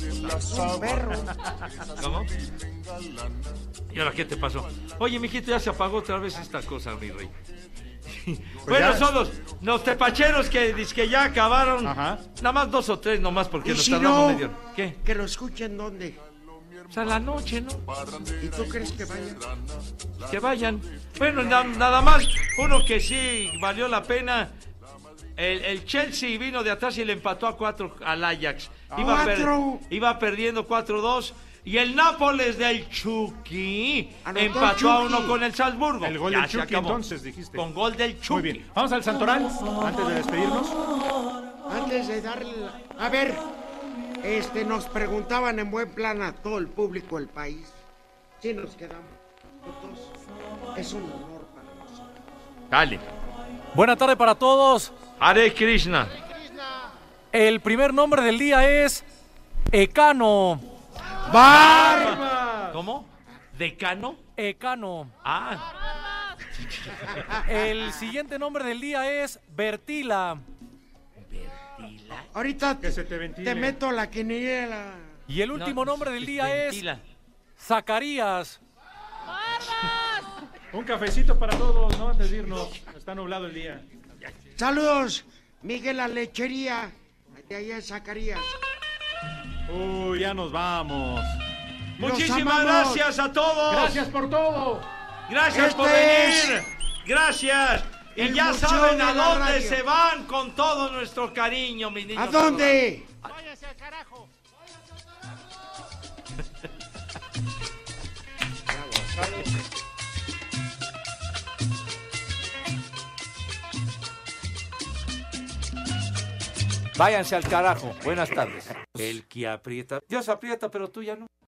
Speaker 1: perro.
Speaker 4: ¿Cómo?
Speaker 14: eh.
Speaker 4: ¿Y ahora qué te pasó? Oye, mijito, ya se apagó otra vez esta cosa, mi rey.
Speaker 3: Pues
Speaker 4: bueno,
Speaker 5: ya.
Speaker 4: son los, los tepacheros que, que ya acabaron. Nada más dos o tres nomás porque
Speaker 3: Y
Speaker 4: nos
Speaker 3: si
Speaker 4: tardamos
Speaker 3: no,
Speaker 4: medio. ¿Qué?
Speaker 3: que lo escuchen dónde.
Speaker 4: O sea, la noche, ¿no?
Speaker 3: ¿Y tú crees que vayan?
Speaker 4: Que vayan. Bueno, na- nada más, uno que sí valió la pena. El, el Chelsea vino de atrás y le empató a cuatro al Ajax.
Speaker 5: Ah.
Speaker 4: Iba, per-
Speaker 3: ¡Cuatro!
Speaker 4: iba perdiendo 4-2. Y el Nápoles del Chucky
Speaker 5: Anotó
Speaker 4: empató
Speaker 5: Chucky.
Speaker 4: a uno con el Salzburgo.
Speaker 5: El gol
Speaker 4: Ya
Speaker 5: del
Speaker 4: se
Speaker 5: Chucky,
Speaker 4: acabó.
Speaker 5: entonces, dijiste.
Speaker 4: Con gol del Chucky.
Speaker 5: Muy bien. Vamos al Santoral, antes de despedirnos.
Speaker 3: Antes de darle la- A ver, este, nos preguntaban en buen plan a todo el público del país si nos quedamos juntos. Es un honor para nosotros.
Speaker 4: Dale.
Speaker 22: Buena tarde para todos.
Speaker 4: Hare Krishna.
Speaker 22: El primer nombre del día es Ecano.
Speaker 4: ¿Cómo? ¿Decano?
Speaker 22: Ecano.
Speaker 4: Ah,
Speaker 22: El siguiente nombre del día es Bertila.
Speaker 3: Ahorita
Speaker 5: que se te ventile.
Speaker 3: Te meto la quiniela.
Speaker 22: eh. Y el último nombre del día es Zacarías.
Speaker 5: Un cafecito para todos, ¿no? Antes de irnos. Está nublado el día.
Speaker 3: Saludos, Miguel La Lechería. De allá Zacarías.
Speaker 5: Uy, ya nos vamos.
Speaker 3: Los
Speaker 4: Muchísimas
Speaker 3: amamos.
Speaker 4: gracias a todos.
Speaker 5: Gracias por todo.
Speaker 4: Gracias por
Speaker 5: Este es
Speaker 4: venir. Gracias. Y
Speaker 5: el
Speaker 4: ya
Speaker 5: museo
Speaker 4: saben
Speaker 5: de
Speaker 4: a
Speaker 5: la
Speaker 4: dónde
Speaker 5: radio.
Speaker 4: se van con todo nuestro cariño, mis niños.
Speaker 3: ¿A dónde?
Speaker 22: Váyanse al carajo. Buenas tardes. El que aprieta. Dios aprieta, pero tú ya no.